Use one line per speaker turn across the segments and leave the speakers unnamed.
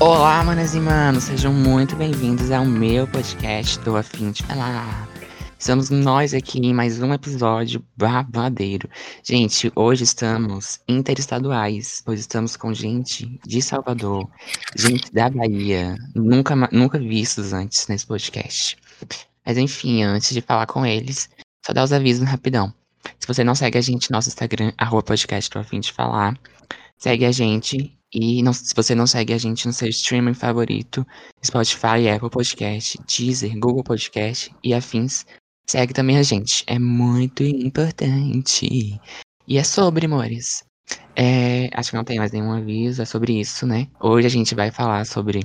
Olá, manas e manos, sejam muito bem-vindos ao meu podcast do Afim de Falar. Estamos nós aqui em mais um episódio babadeiro. Gente, hoje estamos interestaduais, pois estamos com gente de Salvador, gente da Bahia, nunca, ma- nunca vistos antes nesse podcast. Mas enfim, antes de falar com eles, só dar os avisos rapidão. Se você não segue a gente, nosso Instagram, arroba podcast do Afim de Falar, segue a gente. E não- se você não segue a gente no seu streaming favorito, Spotify, Apple Podcast, Deezer, Google Podcast e afins, Segue também a gente, é muito importante. E é sobre, amores. É, acho que não tem mais nenhum aviso, é sobre isso, né? Hoje a gente vai falar sobre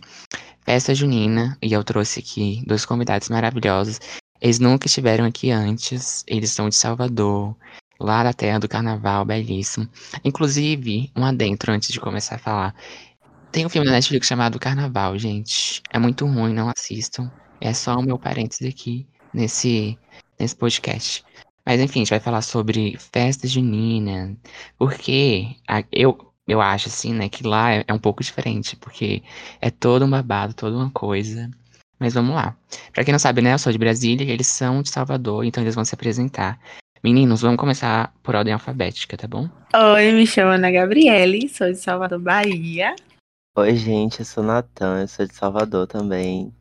festa junina e eu trouxe aqui dois convidados maravilhosos. Eles nunca estiveram aqui antes, eles são de Salvador, lá da terra do carnaval, belíssimo. Inclusive, um adentro antes de começar a falar. Tem um filme da Netflix chamado Carnaval, gente. É muito ruim, não assistam. É só o meu parênteses aqui nesse nesse podcast. Mas enfim, a gente vai falar sobre festa junina, porque a- eu, eu acho assim, né, que lá é, é um pouco diferente, porque é todo um babado, toda uma coisa. Mas vamos lá. Pra quem não sabe, né, eu sou de Brasília e eles são de Salvador, então eles vão se apresentar. Meninos, vamos começar por ordem alfabética, tá bom?
Oi, me chamo Ana Gabriele, sou de Salvador, Bahia.
Oi, gente, eu sou Natan, eu sou de Salvador também.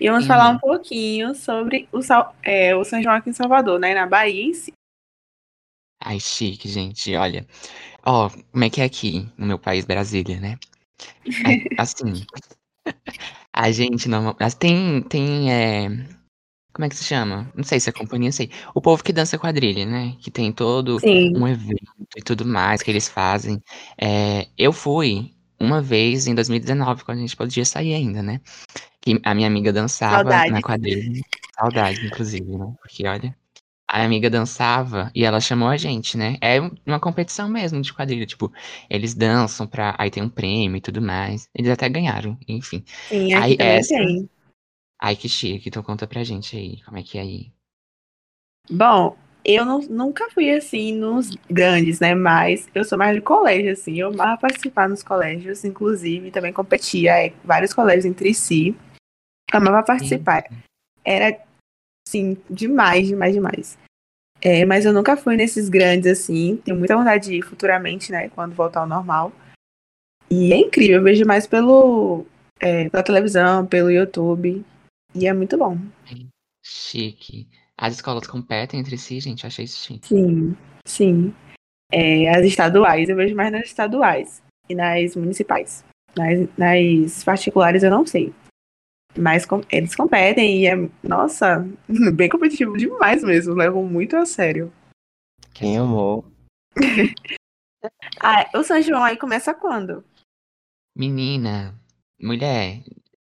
E vamos
Hum.
falar um pouquinho sobre o, Sal- é, o São João aqui em Salvador, né? Na Bahia em si.
Ai, chique, gente, olha. Ó, como é que é aqui no meu país, Brasília, né? A- assim, a gente não. Tem, tem, é, Como é que se chama? Não sei se é companhia, sei. O povo que dança quadrilha, né? Que tem todo
Sim.
um evento e tudo mais que eles fazem. É, eu fui uma vez em 2019, quando a gente podia sair ainda, né? Que a minha amiga dançava
Saudade.
na quadrilha. Saudade, inclusive, né? Porque, olha, a minha amiga dançava e ela chamou a gente, né? É um- uma competição mesmo de quadrilha. Tipo, eles dançam pra. Aí tem um prêmio e tudo mais. Eles até ganharam, enfim.
Sim, aqui
Aí
também
essa-
tem.
Ai, que chique. Então conta pra gente aí, como é que é aí.
Bom, eu nu- nunca fui assim nos grandes, né? Mas eu sou mais de colégio, assim. Eu amava participar nos colégios, inclusive, também competia é, vários colégios entre si. Amava participar. Era, sim, demais, demais, demais. É, mas eu nunca fui nesses grandes assim. Tenho muita vontade de ir futuramente, né? Quando voltar ao normal. E é incrível, eu vejo mais pelo, é, pela televisão, pelo YouTube. E é muito bom.
Chique. As escolas competem entre si, gente. Eu achei isso chique.
Sim, sim. É, as estaduais, eu vejo mais nas estaduais e nas municipais. Nas, nas particulares eu não sei. Mas com- eles competem e é, nossa, bem competitivo demais mesmo, levam muito a sério.
Quem amou?
Ah, o São João aí começa quando?
Menina, mulher,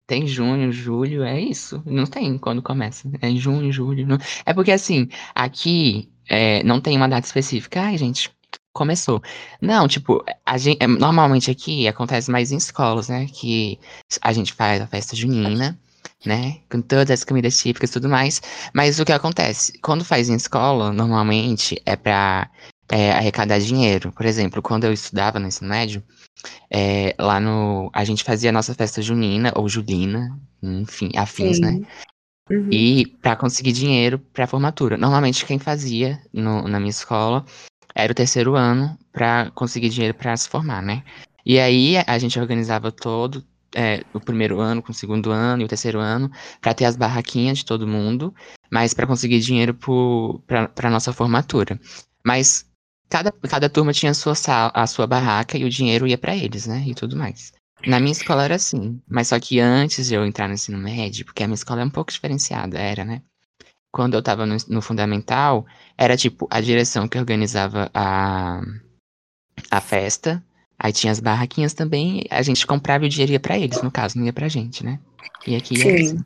tem junho, julho, é isso. Não tem quando começa. É em junho, julho. não- É porque assim, aqui é, não tem uma data específica. Ai, gente, começou. Não, tipo, a gente, normalmente aqui acontece mais em escolas, né? Que a gente faz a festa junina, né? Com todas as comidas típicas e tudo mais. Mas o que acontece? Quando faz em escola, normalmente é pra é, arrecadar dinheiro. Por exemplo, quando eu estudava no ensino médio. É, lá no. A gente fazia a nossa festa junina, ou julina, enfim, afins, né?
Uhum.
E pra conseguir dinheiro pra formatura. Normalmente quem fazia no- na minha escola era o terceiro ano pra conseguir dinheiro pra se formar, né? E aí a gente organizava todo é, o primeiro ano com o segundo ano e o terceiro ano pra ter as barraquinhas de todo mundo, mas pra conseguir dinheiro pro, pra, pra nossa formatura. Mas cada, cada turma tinha a sua sala, a sua barraca e o dinheiro ia pra eles, né? E tudo mais. Na minha escola era assim, mas só que antes de eu entrar no ensino médio, porque a minha escola é um pouco diferenciada, era, né? Quando eu tava no, no fundamental, era tipo a direção que organizava a, a festa, aí tinha as barraquinhas também, a gente comprava e o dinheiro ia pra eles, no caso, não ia pra gente, né? E aqui é
Sim.
assim.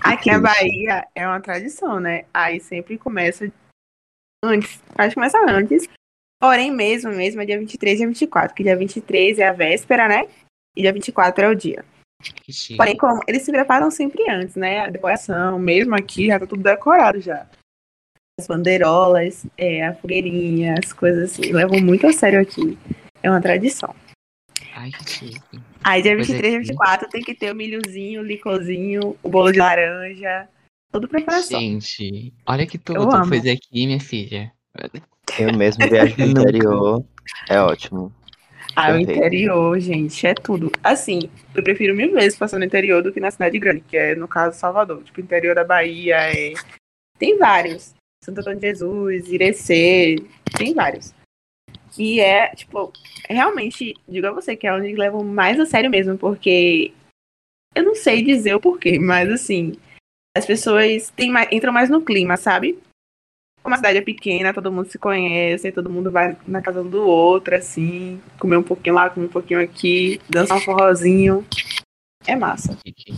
Aqui na
Isso.
Bahia é uma tradição, né? Aí sempre começa antes. Acho que começa antes. Porém, mesmo, mesmo é dia 23 e dia 24, que dia 23 é a véspera, né? E dia 24 é o dia.
Que chique.
Porém, como eles se preparam sempre antes, né? A decoração, mesmo aqui, já tá tudo decorado já. As bandeirolas, é, a fogueirinha, as coisas assim. Levam muito a sério aqui. É uma tradição.
Ai, que chique.
Aí dia
Pois
23
é.
e 24 tem que ter o milhozinho, o licorzinho, o bolo de laranja. Tudo preparação.
Gente, olha que tudo.
Eu amo.
Pois é aqui, minha filha.
Eu mesmo viajo pro
Nunca.
interior. É ótimo.
Ah, o
Perfeito.
interior, gente, é tudo. Assim, eu prefiro mil vezes passar no interior do que na cidade grande, que é, no caso, Salvador. Tipo, interior da Bahia é... Tem vários. Santo Antônio de Jesus, Irecê, tem vários. E é, tipo, realmente, digo a você que é onde eles levam mais a sério mesmo, porque eu não sei dizer o porquê, mas assim, as pessoas têm mais- entram mais no clima, sabe? Como a cidade é pequena, todo mundo se conhece, todo mundo vai na casa um do outro, assim, comer um pouquinho lá, comer um pouquinho aqui, dançar um forrozinho. É massa.
Chique.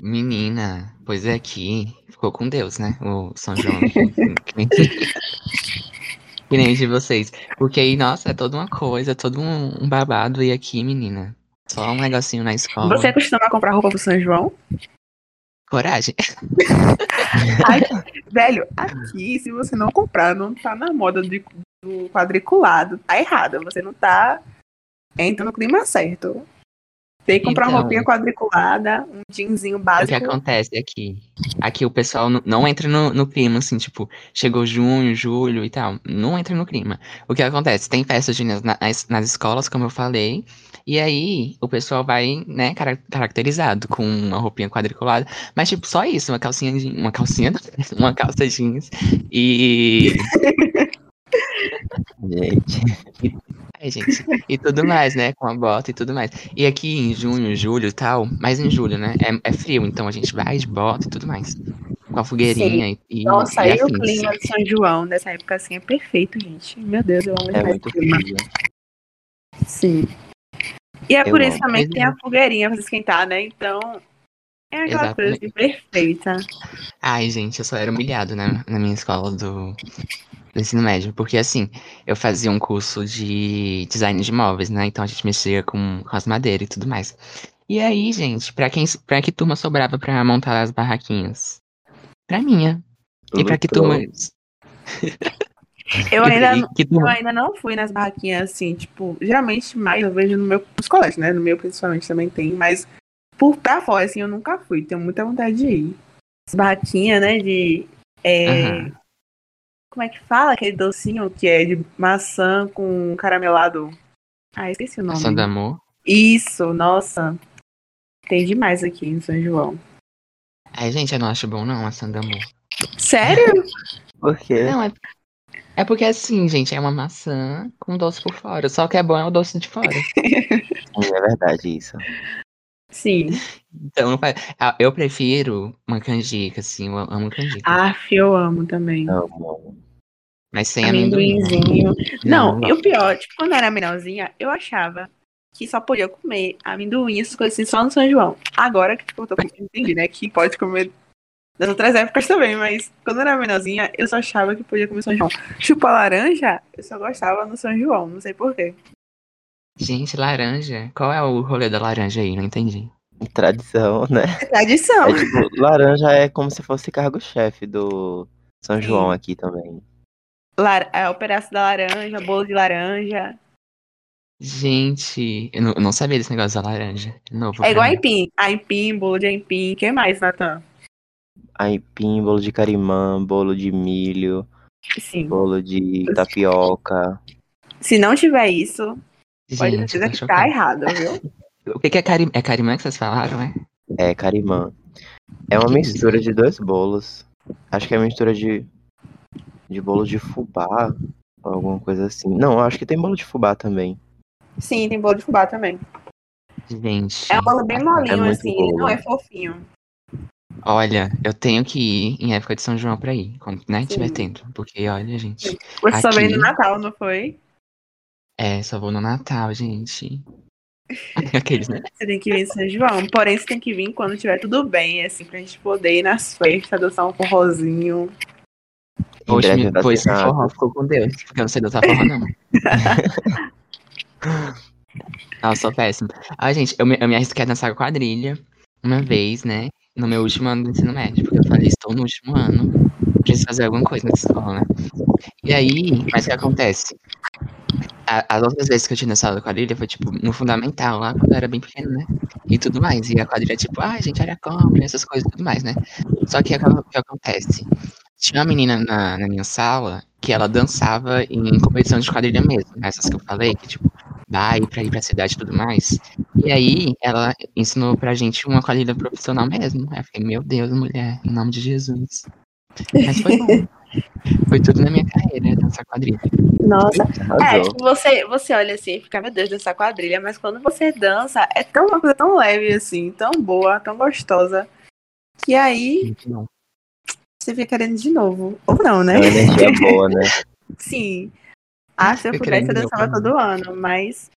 Menina, pois é aqui. Ficou com Deus, né? O São João. que nem- que nem de vocês. Porque aí, nossa, é toda uma coisa, todo um, um babado. E aqui, menina, só um negocinho na escola.
Você costuma comprar roupa pro São João?
Coragem.
Ai, velho, aqui, se você não comprar, não tá na moda de- do quadriculado, tá errado. Você não tá entrando no clima certo. Tem que comprar uma
Então.
roupinha quadriculada, um jeanzinho
O
é
que
básico.
acontece aqui? Aqui o pessoal não, não entra no, no clima, assim, tipo, chegou junho, julho e tal. Não entra no clima. O que acontece? Tem festas juninas na- nas, nas escolas, como eu falei. E aí o pessoal vai, né, cara- caracterizado com uma roupinha quadriculada. Mas, tipo, só isso, uma calcinha jeans. Uma calcinha, não, uma calça jeans. E.
Gente,
Ai, gente. E tudo mais, né? Com a bota e tudo mais. E aqui em junho, julho e tal, mas em julho, né? É, é frio, então a gente vai de bota e tudo mais. Com a fogueirinha e, e,
Nossa,
e
é
aí o
assim.
afins.
clima de São João nessa época assim é perfeito, gente. Meu Deus, eu amo
é
demais
muito
esse clima.
frio.
Sim. E é
Eu
por isso
amo.
também que
Pois
tem a fogueirinha pra esquentar, né? Então, é aquela coisa
Exatamente.
assim, perfeita.
Ai, gente, eu só era humilhado na, na minha escola do, do ensino médio. Porque, assim, eu fazia um curso de design de móveis, né? Então a gente mexia com, com as madeiras e tudo mais. E aí, gente, pra, quem, pra que turma sobrava pra montar as barraquinhas? Pra minha. E pra que
Lutou.
turma.
Eu
e-
ainda,
e que
eu
turma
ainda não fui nas barraquinhas assim, tipo, geralmente mais eu vejo no meu, nos colégios, né? No meu principalmente também tem, mas por pra fora, assim, eu nunca fui. Tenho muita vontade de ir. As barraquinhas, né? De. é,
Aham.
Como é que fala aquele docinho que é de maçã com caramelado? Ah, esqueci o nome.
Ação do amor.
Isso, nossa. Tem demais aqui em São João.
Ai, gente, eu não acho bom, não, ação do amor.
Sério?
Por quê?
Não, é. É porque assim, gente, é uma maçã com doce por fora. Só que é bom é o doce de fora.
Sim, É verdade isso.
Sim.
Então, não faz- Ah, eu prefiro uma canjica, assim, eu amo canjica.
Aff, eu amo também.
Amo.
mas sem amendoim. né?
Amendoinzinho. Não,
não.
e o pior, tipo, quando eu era menorzinha, eu achava que só podia comer amendoim, essas coisas assim, só no São João. Agora que tipo, eu tô com- entendi, né? Que pode comer nas outras épocas também, mas quando eu era menorzinha, eu só achava que podia comer São João. Chupa laranja, eu só gostava no São João, não sei porquê.
Gente, laranja. Qual é o rolê da laranja aí? Não entendi.
Tradição, né?
É tradição.
É tipo, laranja é como se fosse cargo-chefe do São
Sim.
João aqui também.
Lar- é, o pedaço da laranja, bolo de laranja.
Gente, eu não, eu não sabia desse negócio da laranja. É Novo
É igual
pra mim.
aipim. Aipim, bolo de aipim. O que mais, Natan?
Aipim, bolo de carimã, bolo de milho,
Sim.
bolo de tapioca.
Se não tiver isso, pode ter
Gente, eu
certeza
tô
que tá
chocada.
errado, viu?
O que, que é carimã? É carimã que vocês falaram, é?
É, carimã. É uma
Que
mistura de dois bolos. Acho que é mistura de, de bolo de fubá, ou alguma coisa assim. Não, acho que tem bolo de fubá também.
Sim, tem bolo de fubá também.
Gente.
É um bolo bem
É
molinho,
muito
assim.
bolo.
Ele não é fofinho.
Olha, eu tenho que ir em época de São João pra ir, quando né, tiver
Sim.
tempo. Porque, olha, gente.
Você só
Aqui.
veio no Natal, não foi?
É, só vou no Natal, gente. Aqueles, né?
Você tem que vir em São João. Porém, você tem que vir quando tiver tudo bem, assim, pra gente poder ir nas festas, dançar um forrozinho.
Em
Hoje
breve
me assim,
vai
pôs
ter na-
forró, ficou com Deus. Porque eu não sei dançar forró, não. Ah, eu sou péssima. Ah, gente, eu me, eu me arrisquei a dançar quadrilha uma vez, né? No meu último ano do ensino médio, porque eu falei, estou no último ano, preciso fazer alguma coisa nessa escola, né? E aí, mas o que acontece? A- as outras vezes que eu tinha dançado quadrilha foi, tipo, no fundamental, lá quando eu era bem pequeno, né? E tudo mais. E a quadrilha, tipo, ai, gente, olha a cobra, essas coisas e tudo mais, né? Só que o que- o que acontece? Tinha uma menina na, na minha sala que ela dançava em competição de quadrilha mesmo, né? essas que eu falei, que, tipo, vai pra ir pra cidade e tudo mais. E aí, ela ensinou pra gente uma qualidade profissional mesmo. Aí eu fiquei, meu Deus, mulher, em nome de Jesus. Mas foi bom. Foi tudo na minha carreira, dançar quadrilha.
Nossa. É,
Arrasou.
tipo, você, você olha assim e fica, meu Deus, dançar quadrilha, mas quando você dança, é tão uma coisa tão leve assim, tão boa, tão gostosa, que aí
Muito bom.
você fica querendo de novo. Ou não,
É uma
né?
energia boa, né?
Sim. Ah, se eu
É. Fica
pudesse,
querendo
eu
de novo,
dançava
né?
todo ano, mas.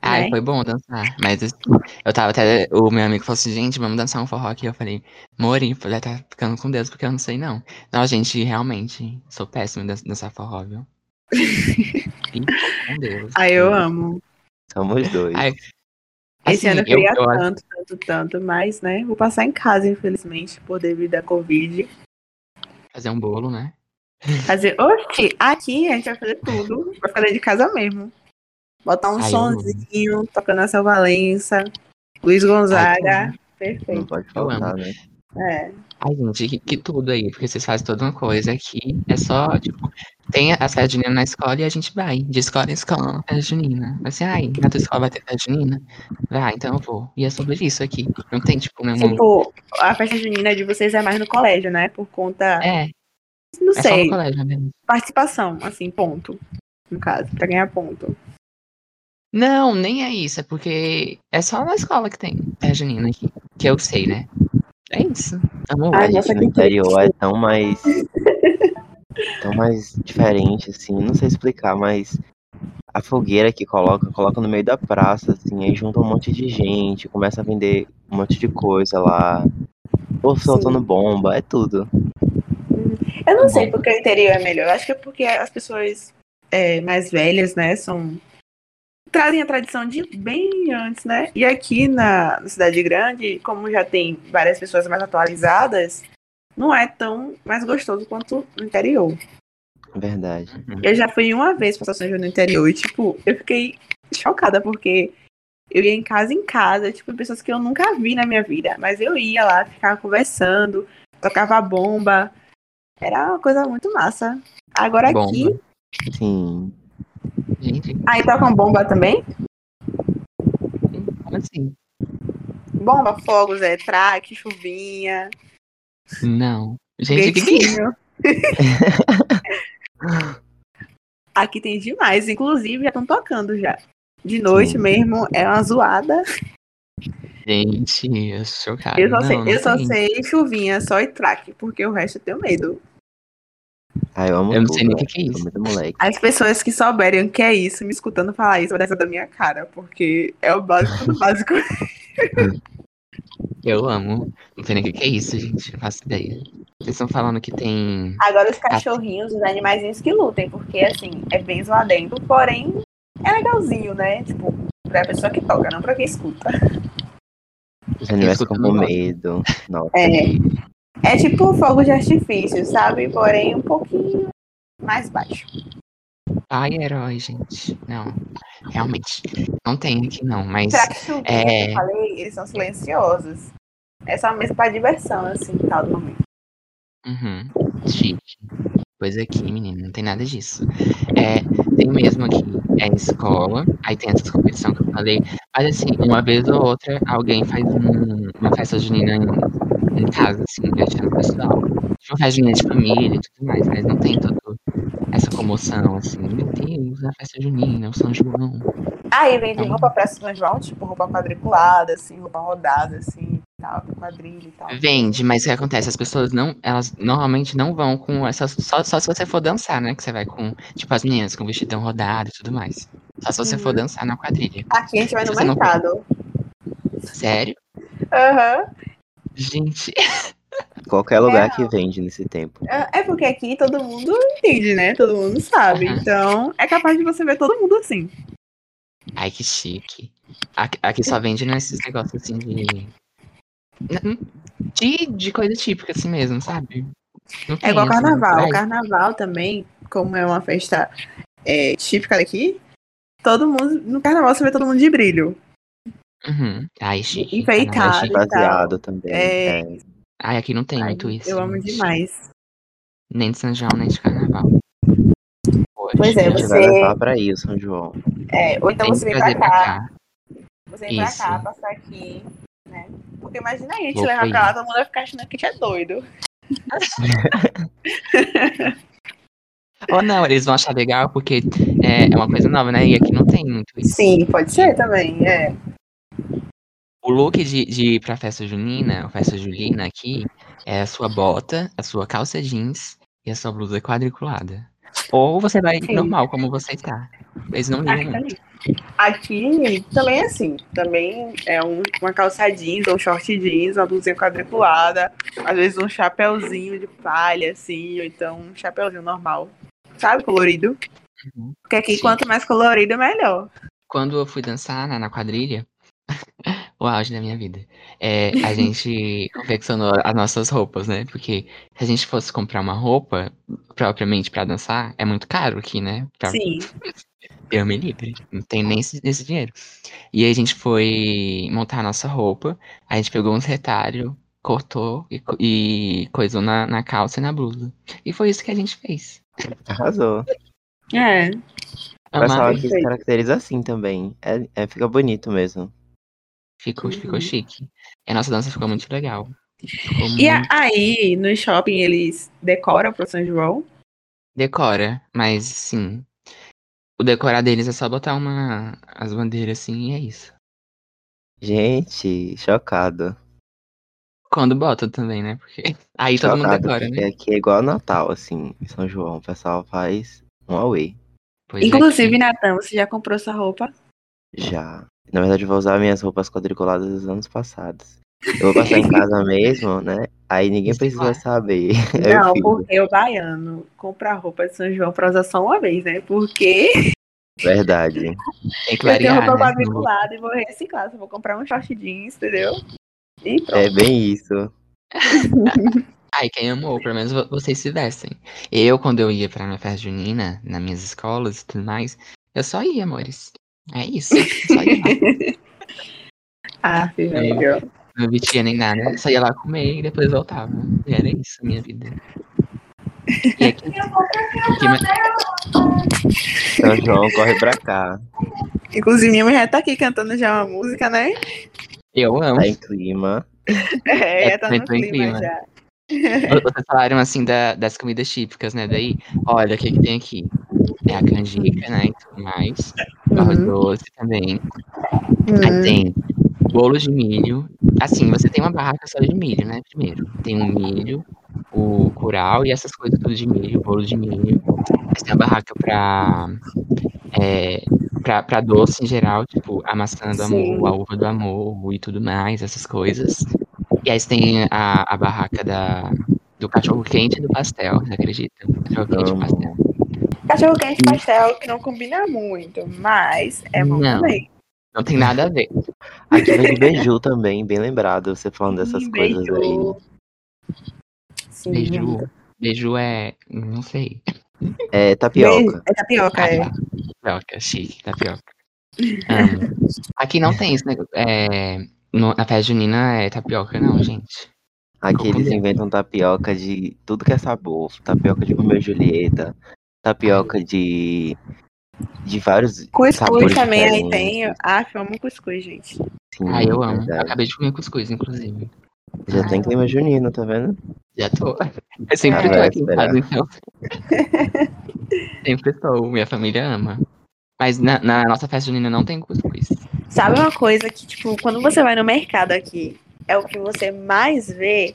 Ai,
né?
foi bom dançar. Mas assim, eu tava até. O meu amigo falou assim, gente, vamos dançar um forró aqui. Eu falei, Mori, já tá ficando com Deus, porque eu não sei não. Não, gente, realmente, sou péssimo em dan- dançar forró, viu? Fico com Deus.
Aí ah, eu amo.
Somos dois.
Ai, Assim,
Esse ano eu queria
eu, eu,
tanto, tanto, tanto, mas, né? Vou passar em casa, infelizmente, por devido à Covid.
fazer um bolo, né?
Fazer, oxi, aqui a gente vai fazer tudo. Vai fazer de casa mesmo. Botar um
Ai, eu amo.
sonzinho, tocando a Valença, Luiz Gonzaga.
Não
Perfeito.
pode
Eu amo.
faltar, né?
É.
Ai, gente, que, que tudo aí, porque vocês fazem toda uma coisa aqui. É só, tipo, tem a festa junina na escola e a gente vai, de escola em escola, festa junina. Assim, ai, na tua escola vai ter festa junina? Vai, então eu vou. E é sobre isso aqui. Não tem, tipo, nenhum.
Tipo, a festa junina de vocês é mais no colégio, né? Por conta,
É,
não
é só no
sei,
colégio mesmo.
participação, assim, ponto. No caso, pra ganhar ponto.
Não, nem é isso, é porque é só na escola que tem festa junina aqui, que eu sei, né? É isso. Amor,
Ai,
A gente
nossa,
no
que
interior é tão mais. tão mais diferente, assim. Não sei explicar, mas. A fogueira que colocam, colocam no meio da praça, assim, aí junta um monte de gente, começa a vender um monte de coisa lá. Pô, soltando bomba, é tudo.
Eu não
Bom.
sei porque o interior é melhor. Eu acho que é porque as pessoas é, mais velhas, né, são. Trazem a tradição de bem antes, né? E aqui na, na cidade grande, como já tem várias pessoas mais atualizadas, não é tão mais gostoso quanto no interior.
Verdade.
Eu já fui uma vez pra São João no interior e, tipo, eu fiquei chocada porque eu ia em casa em casa, tipo, pessoas que eu nunca vi na minha vida. Mas eu ia lá, ficava conversando, tocava bomba. Era uma coisa muito massa. Agora
Bomba.
aqui.
Sim.
gente,
Aí tocam bomba também?
como assim?
Bomba, fogos, é traque, chuvinha,
Não. Gente, que que é isso?
peitinho. Aqui tem demais, inclusive já estão tocando já. De noite
Sim.
mesmo, é uma zoada.
é Gente, eu sou chocado.
eu só,
não,
sei,
não
eu só
tem.
sei chuvinha, só e traque, porque o resto eu tenho medo.
Ah, eu amo
Eu não
tudo,
sei nem o
né?
que que é
Sou
isso.
muito moleque.
As pessoas que souberem o que é isso, me escutando falar isso, vai dar da minha cara, porque é o básico do básico.
Eu amo. Não sei nem o que que é isso, gente. Não faço ideia. Vocês estão falando que tem.
Agora os cachorrinhos, os animaizinhos que lutem, porque assim, é bem zoadento, porém é legalzinho, né? Tipo, pra pessoa que toca, não pra quem escuta.
Os animais
escuta
ficam
no
com
mato.
medo. Nossa.
É. É tipo fogo de artifício, sabe? Porém um pouquinho mais baixo.
Ai, herói, gente. Não. Realmente. Não tem aqui, não. Mas.
Será que chuvinha,
É.
que eu falei, eles são silenciosos. É só mesmo pra diversão, assim, tal do momento.
Uhum. Chique. Coisa aqui, menina. Não tem nada disso. É, tem mesmo aqui. É escola. Aí tem essas competições que eu falei. Mas assim, uma vez ou outra, alguém faz um, uma festa junina em, em casa, assim, deixando o pessoal. Tipo, festa junina de família e tudo mais. Mas não tem toda essa comoção, assim. Meu Deus, a festa junina, o São João.
Aí vende
Então-
roupa pra São João, tipo roupa quadriculada, assim, roupa rodada, assim, tal, com quadrilha e tal.
Vende, mas o que acontece? As pessoas não, elas normalmente não vão com essas. Só, só se você for dançar, né? Que você vai com, tipo, as meninas com vestidão rodado e tudo mais. Só se você for
Uhum.
dançar na quadrilha.
Aqui a gente vai no
Você não vai.
mercado.
Sério?
Aham.
Gente,
Qualquer lugar que vende nesse tempo.
É porque aqui todo mundo entende, né? Todo mundo sabe.
Aham.
Então, é capaz de você ver todo mundo assim.
Ai, que chique. Aqui, aqui só vende nesses negócios assim de... hum, de. De coisa típica assim mesmo, sabe? Não
É
tem,
igual
assim,
carnaval.
ai,
O carnaval também, como é uma festa é, típica daqui, todo mundo. No carnaval você vê todo mundo de brilho.
Uhum. Ai, chique.
Enfeitado.
carnaval é
Acho
chique.
baseado também.
É.
É.
Ai, aqui não tem
Ai,
muito isso.
Eu amo
gente.
demais.
Nem de São João, nem de carnaval. Poxa,
Pois
A
é,
gente
você-
vai levar pra aí, o São João.
É, ou então
tem que
você vem pra
trazer
cá.
pra cá.
Você vem pra
Isso.
cá, passar aqui, né? Porque imagina aí, te
Vou
levar
pra
pra
aí.
lá, todo mundo vai ficar achando que a gente é doido.
Ou não, eles vão achar legal porque é, é uma coisa nova, né? E aqui não tem muito isso.
Sim, pode ser também, é.
O look de, de ir pra festa junina, ou festa julina aqui, é a sua bota, a sua calça jeans e a sua blusa quadriculada. Ou você vai
Sim.
normal, como você tá. Eles não ligam muito.
Aqui também é assim, também é um- uma calça jeans, ou um short jeans, uma blusinha quadriculada, às vezes um chapéuzinho de palha, assim, ou então um chapéuzinho normal, sabe, colorido.
Uhum.
Porque aqui,
Sim.
quanto mais colorido, melhor.
Quando eu fui dançar na, na quadrilha, o auge da minha vida, é, a gente confeccionou as nossas roupas, né? Porque se a gente fosse comprar uma roupa propriamente pra dançar, é muito caro aqui, né? Pra-
Sim,
Eu me livre, não tem nem esse, esse dinheiro. E aí a gente foi montar a nossa roupa, a gente pegou uns retalhos, cortou e, co- e coisou na, na calça e na blusa. E foi isso que a gente fez.
Arrasou.
é.
O pessoal
Amava,
aqui se
Perfeito.
caracteriza assim também. É, é- fica bonito mesmo.
ficou, ficou
Uhum.
chique. E a nossa dança ficou muito legal. Ficou
E a-
muito-
aí, no shopping, eles decoram pro São João.
Decora, mas sim. O decorar deles é só botar uma, as bandeiras assim e é isso.
Gente, chocado.
Quando bota também, né? Porque aí todo mundo
chocado,
decora,
porque
né?
aqui é igual Natal, assim, em São João. O pessoal faz um away.
Pois é,
Inclusive,
aqui-
Natan, você já comprou sua roupa?
Já. Na verdade, eu vou usar minhas roupas quadriculadas dos anos passados. Eu vou passar em casa mesmo, né? Aí ninguém
Isso
precisa
lá.
saber. É Eu
Não,
fiz.
porque o baiano compra a roupa de São João pra usar só uma vez, né? Porque
Verdade.
tem que
eu tenho
variar,
roupa
né?
quadriculada e vou reciclar. Só vou comprar um short jeans, entendeu? E pronto.
É bem isso.
Ai, quem amou, pelo menos vo- vocês se vestem. Eu, quando eu ia pra minha festa junina, nas minhas escolas e tudo mais, eu só ia, amores. É isso, só ia lá.
Ah, filho, velho.
Não vestia nem nada, só ia lá comer e depois voltava. E era isso a minha vida. E aqui, aqui ma-
São João corre pra cá.
Inclusive, minha mulher tá aqui cantando já uma música, né?
eu amo.
Tá em clima.
É,
É,
tá no
tô em clima.
clima, já.
Vocês falaram assim da- das comidas típicas, né? Daí, olha o que, que tem aqui. É a canjica, né? E tudo mais. Arroz
Uhum.
doce também. Aí
Hum.
tem Assim, bolo de milho. Assim, você tem uma barraca só de milho, né? Primeiro. Tem o milho, o curau e essas coisas tudo de milho, bolo de milho. Aí tem a barraca pra, é, pra, pra doce em geral, tipo, a maçã do
Sim.
amor, a uva do amor e tudo mais, essas coisas. E aí você tem a, a barraca da, do cachorro quente e do pastel, você acredita? Cachorro quente e pastel.
Amo.
Hum. Cachorro quente pastel que não combina muito, mas é bom
Não.
também.
Não tem nada a ver.
Aqui vem de beiju também, bem lembrado você falando dessas
E
coisas aí.
Um beijo. Sim,
Beiju. Beiju é. Não sei.
É
Beijo.
tapioca.
É tapioca,
Ah,
é.
tá. Tapioca, chique, né, tapioca. Amo. é. Aqui não tem esse negócio. É, no- na festa junina é tapioca, não, gente.
Aqui eles
comendo.
inventam tapioca de tudo que é sabor. Tapioca de Romeu e Julieta. Tapioca de. de vários
Cuscuz
sabores
também aí
diferentes.
tem. Ah, eu amo cuscuz, gente.
Sim,
Ah, eu amo.
Hum, verdade.
Acabei de comer cuscuz, inclusive.
Já tem clima junino, tá vendo?
Já tô. Eu sempre
Ah,
tô
vai
aqui em
esperar.
casa, então. sempre estou. Minha família ama. Mas na, na nossa festa junina não tem cuscuz.
Sabe uma coisa que, tipo, quando você vai no mercado aqui, é o que você mais vê?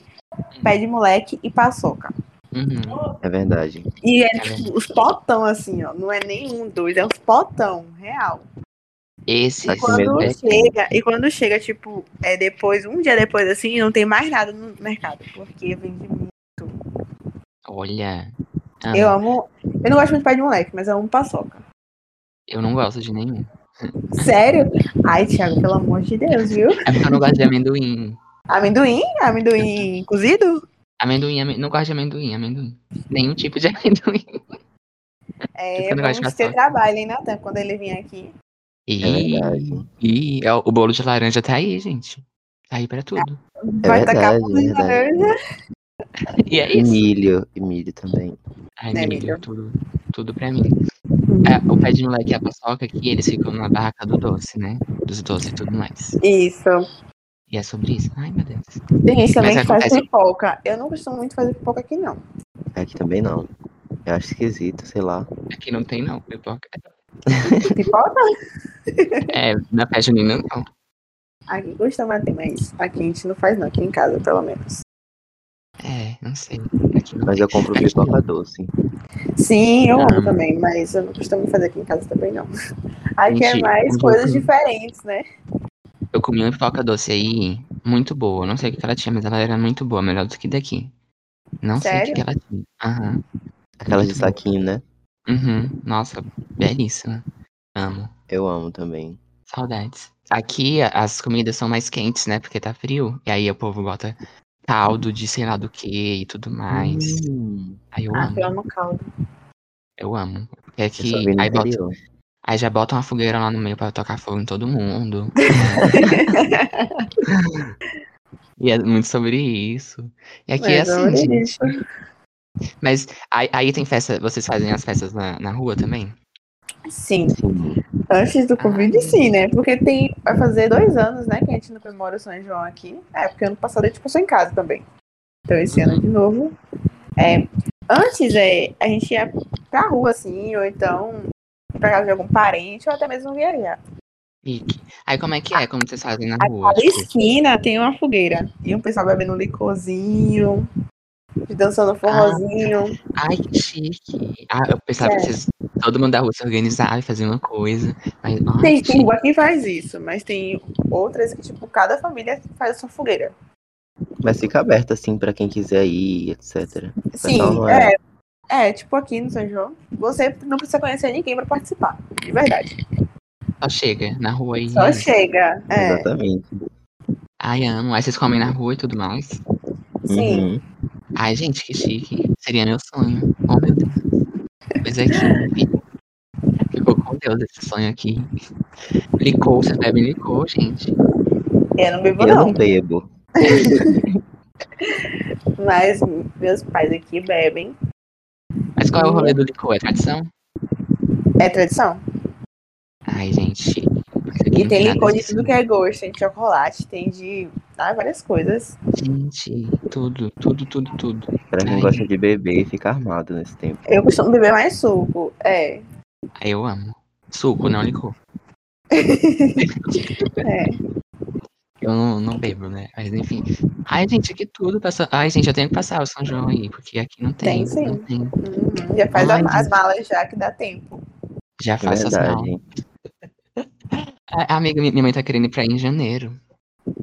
Pé de moleque e paçoca.
Uhum.
É verdade.
E é tipo, os potão, assim, ó. Não é nenhum, dois, é os potão, real.
Esse
Tá
E
esse
comendo
quando
é
mesmo?
chega, e quando chega, tipo, é depois, um dia depois, assim, não tem mais nada no mercado. Porque vende muito.
Olha. ah,
Eu
Amo.
amo. Eu não gosto muito de pé de moleque, mas eu amo paçoca.
Eu não gosto de nenhum.
Sério? Ai, Thiago, pelo amor de Deus, viu?
É porque eu não gosto de amendoim.
Amendoim? Amendoim cozido?
Amendoim, amen- não gosto de amendoim, amendoim. Nenhum tipo de amendoim. Esse
É,
é um negócio
vamos ter
gostoso.
trabalho, hein, Natan, quando ele vir aqui.
É
E,
verdade.
e é, o bolo de laranja tá aí, gente. Tá aí pra tudo.
Vai tacar né?
verdade,
tudo em
é verdade.
laranja.
E é
E
isso.
milho. E milho também.
Ai,
Né,
milho,
milho?
tudo, tudo pra mim. É, o pé de moleque e a paçoca aqui, eles ficam na barraca do doce, né? Dos doces e tudo mais.
Isso.
E é sobre isso. Ai, meu Deus.
Tem gente também
Mas
que faz
acontece-
pipoca. Eu não costumo muito fazer pipoca aqui, não.
Aqui também não. Eu acho esquisito, sei lá.
Aqui não tem, não, pipoca.
Pipoca?
É, na festa junina, não.
Aqui costuma ter, mas aqui a gente não faz, não. Aqui em casa, pelo menos.
É, não sei. Aqui não
Mas eu compro
Aqui não.
pipoca doce.
Sim, eu
Ah.
amo também, mas eu não costumo fazer aqui em casa também, não. Aqui é
Gente,
mais
eu
coisas
vou-
diferentes, né?
Eu comi uma pipoca doce aí, muito boa. Não sei o que que ela tinha, mas ela era muito boa, melhor do que daqui. Não sei o
Sério?
que que ela tinha. Aham.
Aquelas de
Muito boa.
saquinho, né?
Uhum. Nossa, belíssima. Amo.
Eu amo também.
Saudades. Aqui a- as comidas são mais quentes, né? Porque tá frio. E aí o povo bota caldo de sei lá do que e tudo mais.
Hum,
Aí eu
Ah,
amo,
eu amo caldo.
eu amo. Porque aqui.
eu só vi no
Aí, bota-
interior.
aí já bota uma fogueira lá no meio pra tocar fogo em todo mundo. e é muito sobre isso. E aqui é
Mas eu
assim,
amo
gente.
isso.
Mas aí, aí tem festa. Vocês fazem as festas na, na rua também?
Sim,
Sim.
antes do Covid, sim, né? Porque tem, vai fazer dois anos, né, que a gente não comemora o São João aqui. É, porque ano passado a gente passou em casa também. Então esse ano de novo. É, antes, é, a gente ia pra rua, assim, ou então pra casa de algum parente, ou até mesmo viajar.
Pique. Aí como é que é? Como vocês fazem na
Aí
rua?
cada
Tipo,
esquina tem uma fogueira. E um pessoal bebendo um licorzinho, dançando forrozinho.
ai, que chique. Ah, eu pensava que
É.
vocês, todo mundo da rua se organizava e fazia uma coisa. Mas, ai, que
Tem, tem
chique.
rua que faz isso, mas tem outras que, tipo, cada família faz a sua fogueira.
Mas fica aberto assim pra quem quiser ir, etc.
Sim,
Então, não
é.
é.
é. tipo aqui no São João, você não precisa conhecer ninguém pra participar, de verdade.
Só chega na rua e.
Só chega. É,
Exatamente.
Ai, amo. Aí vocês comem na rua e tudo mais.
sim.
Uhum.
Ai, gente, que chique. Seria meu sonho. Oh, meu Deus. Pois é que. Ficou com Deus esse sonho aqui. Licou, vocês bebem licou, gente.
Eu não bebo,
Eu não
não.
bebo.
Mas meus pais aqui bebem.
Mas qual é o rolê do licor? É tradição?
É tradição.
Ai, gente. chique. Isso aqui
E
Uhum.
não
tem
nada
licor de
disso.
tudo que é gosto. Tem de chocolate, tem de ah, várias coisas.
Gente, tudo, tudo, tudo, tudo.
Pra quem
Ai.
gosta de beber e ficar armado nesse tempo.
Eu costumo beber mais suco. É,
Aí eu amo. Suco, não licor.
é.
Eu não, não bebo, né? Mas enfim. Ai, gente, aqui tudo passa. Ai, gente, eu tenho que passar o São João aí, porque aqui não tem.
Tem, sim.
Não tem.
Uhum. Já faz a-
Ai,
as
gente.
malas já que dá tempo.
Já
É
faço as malas.
verdade.
Ai, Amiga, minha mãe tá querendo ir pra aí em janeiro.